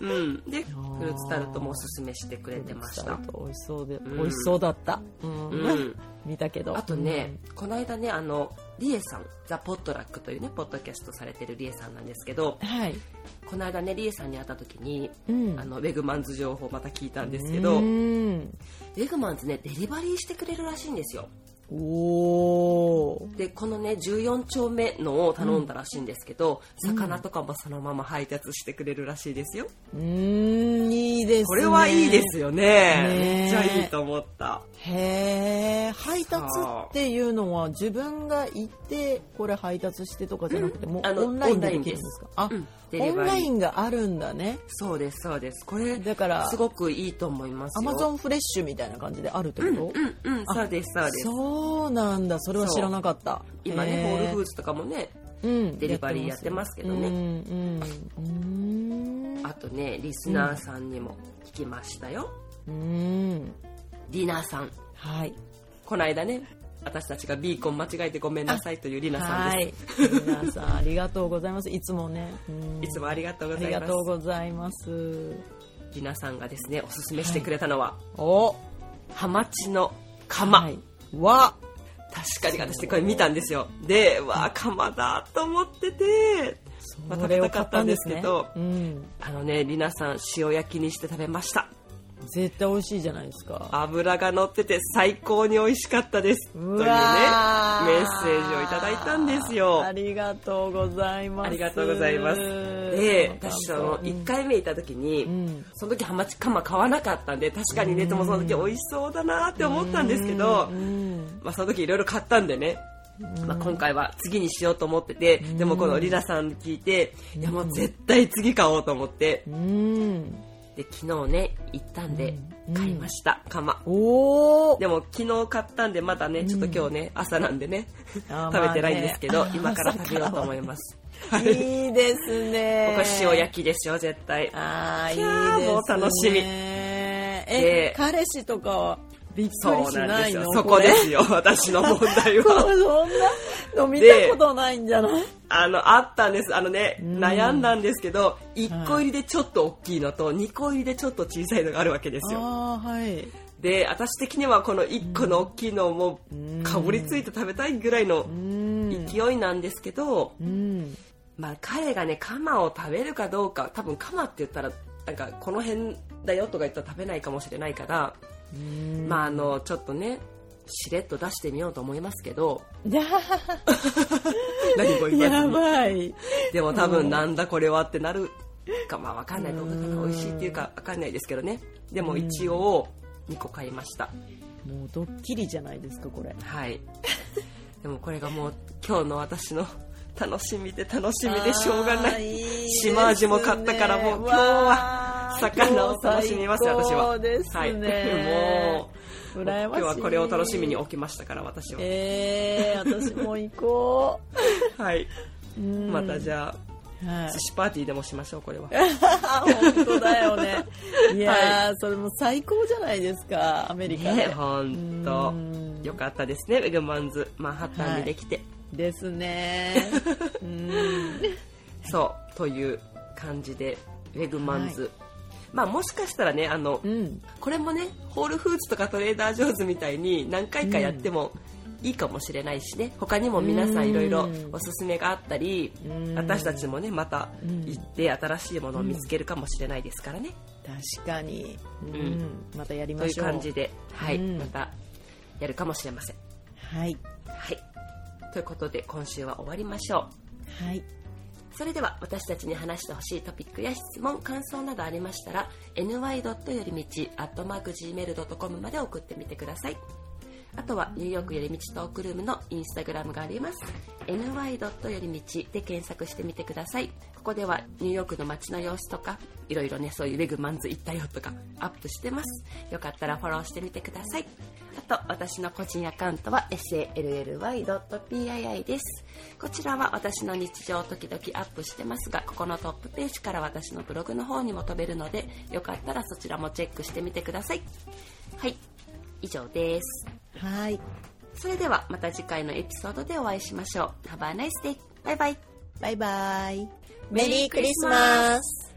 S1: うん、でフルーツタルトもおすすめしてくれてまし
S2: ちゃ
S1: た
S2: んと美味しそうで、
S1: ん
S2: 美味しそうだった、うん
S1: うん
S2: 見たけど
S1: あとね、この間ねあのリエさんザ・ポットラックというねポッドキャストされてるリエさんなんですけど
S2: うんはい、
S1: この間ねリエさんに会った時に、
S2: うん
S1: あのウェグマンズ情報また聞いたんですけど、
S2: う
S1: ウ
S2: ん
S1: ェグマンズねデリバリーしてくれるらしいんですよ
S2: おお
S1: でこのね14丁目のを頼んだらしいんですけど、魚とかもそのまま配達してくれるらしいですよ
S2: うーんいいですね
S1: これはいいですよね
S2: ね
S1: めっちゃいいと思った
S2: へえ配達っていうのは自分が行ってこれ配達してとかじゃなくて、もう
S1: あの
S2: オンラインでできるんですかあ、
S1: うんデリバリ
S2: オン
S1: ー
S2: ラインがあるんだね
S1: そうですそうですこれ
S2: だから
S1: すごくいいと思います
S2: ア
S1: よ
S2: マゾンフレッシュみたいな感じであるってこと、
S1: うんうんそうですそうです
S2: そうなんだそれは知らなかった
S1: 今ねホールフー
S2: ズ、
S1: ズとかもね
S2: うん
S1: デリバリーやってますけどね
S2: うんうんうん
S1: あとねリスナーさんにも聞きましたよ、
S2: うん
S1: リナさん
S2: はい
S1: この間ね私たちがビーコン間違えてごめんなさいというリナさんです
S2: い皆さんありがとうございますいつもねうん
S1: いつもありがとうご
S2: あ
S1: ざ
S2: り
S1: い
S2: が
S1: ま
S2: とう
S1: す
S2: ございます
S1: リナさんがですねおすすめしてくれたのは、
S2: お
S1: ハマチの釜、
S2: はいわ
S1: 確かに私これ見たんですよでわあ釜だと思っててまた
S2: これ
S1: 食べ
S2: を
S1: たか
S2: 買っ
S1: った
S2: た
S1: ん
S2: ん
S1: で
S2: ですす
S1: け
S2: ね
S1: ど
S2: うん
S1: あのねリナさん塩焼きにして食べました
S2: 絶対美味しいじゃないですか
S1: 油が乗ってて最高に美味しかったですというねメッ
S2: わー
S1: セージをいただいたんですよ
S2: ありがとうございます
S1: ありがとうございますで私その1回目行った時に、
S2: ん
S1: その時ハマチカマ買わなかったんで確かにねでもその時美味しそうだなって思ったんですけど、
S2: うん
S1: まあ、その時いろいろ買ったんでね、まあ、今回は次にしようと思っててでもこのリナさん聞いていやもう絶対次買おうと思って
S2: うん
S1: で昨日ね行ったんで買いましたカマ
S2: おお
S1: でも昨日買ったんでまだねちょっと今日ね朝なんでね
S2: あー
S1: 食べてないんですけ
S2: (laughs)
S1: ど、
S2: まあね
S1: 今から食べようと思います
S2: いいですね
S1: ここ塩焼きですよ絶対
S2: ああいい
S1: キ
S2: で
S1: ャー
S2: すね
S1: もう楽しみで
S2: え彼氏とかはびっくり
S1: そう
S2: し
S1: なん
S2: な
S1: で
S2: い
S1: すよ
S2: の
S1: そこで
S2: れ
S1: すよ私の問題
S2: こ
S1: は
S2: そんなの見た
S1: で
S2: ことないんじゃない
S1: あのあったんですあのね悩んだんですけど1個入りでちょっと大きいのと2個入りでちょっと小さいのがあるわけですよ
S2: ああはい
S1: で私的にはこの1個の大きいのをもうかぶりついて食べたいぐらいの
S2: うん
S1: 勢いなんですけど、
S2: うん
S1: まあ、彼がねカマを食べるかどうか多分カマって言ったらなんかこの辺だよとか言ったら食べないかもしれないから、
S2: うん
S1: まああのちょっとねしれっと出してみようと思いますけ
S2: (laughs)
S1: ど
S2: いや
S1: 何も言わず
S2: や
S1: に
S2: ばい
S1: でも多分なんだこれはってなるかまあわかんないどうだかな美味しいっていうかわかんないですけどねでも一応2個買いました
S2: もうドッキリじゃないですかこれ
S1: はいでもこれがもう今日の私の楽しみで楽しみでしょうがな
S2: あー
S1: い
S2: いですね
S1: 島味も買ったからもう今日は魚を楽しみます
S2: わー
S1: 私は
S2: 今日最高ですね
S1: はいもう
S2: 羨ま
S1: 今
S2: しい
S1: 日はこれを楽しみに起きましたから私は、
S2: えー、私も行こ
S1: はい、
S2: う、うん
S1: (laughs) またじゃ
S2: は
S1: あ
S2: い
S1: 寿司パーティーでもしましょうこれは
S2: あ本当だ
S1: (laughs)
S2: よねいやー、それも最高じゃないですかアメリカで、
S1: ねほん
S2: う
S1: と
S2: ん
S1: よかったですねウェグマンズマンハッタンにできて、
S2: です
S1: (laughs)
S2: ねうん
S1: そうという感じでウェグマンズ、まあもしかしたらねあの、
S2: うん
S1: これもねホールフーツとかトレーダー・ジョーズみたいに何回かやってもいいかもしれないしね他にも皆さんいろいろおすすめがあったり
S2: うん
S1: 私たちもねまた
S2: うん
S1: 行って新しいものを見つけるかもしれないですからね
S2: 確かに、うん
S1: うん
S2: またやり
S1: と
S2: ま
S1: いう
S2: しょう
S1: 感じではい
S2: うん
S1: またやるかもしれません
S2: はい
S1: はいということで今週は終わりましょう
S2: はい
S1: それでは私たちに話してほしいトピックや質問感想などありましたら ny. よりみち .gmail.com まで送ってみてくださいあとはニューヨークよりみちトークルームのインスタグラムがあります ny. よりみちで検索してみてくださいここではニューヨークの街の様子とかいろいろねそういうウェグマンズ行ったよとかアップしてますよかったらフォローしてみてくださいあと私の個人アカウントは sally.pii ですこちらは私の日常を時々アップしてますがここのトップページから私のブログの方にも飛べるのでよかったらそちらもチェックしてみてくださいはい以上です
S2: はい
S1: それではまた次回のエピソードでお会いしましょう Have a nice day! バイバイ
S2: バイバイメリークリスマス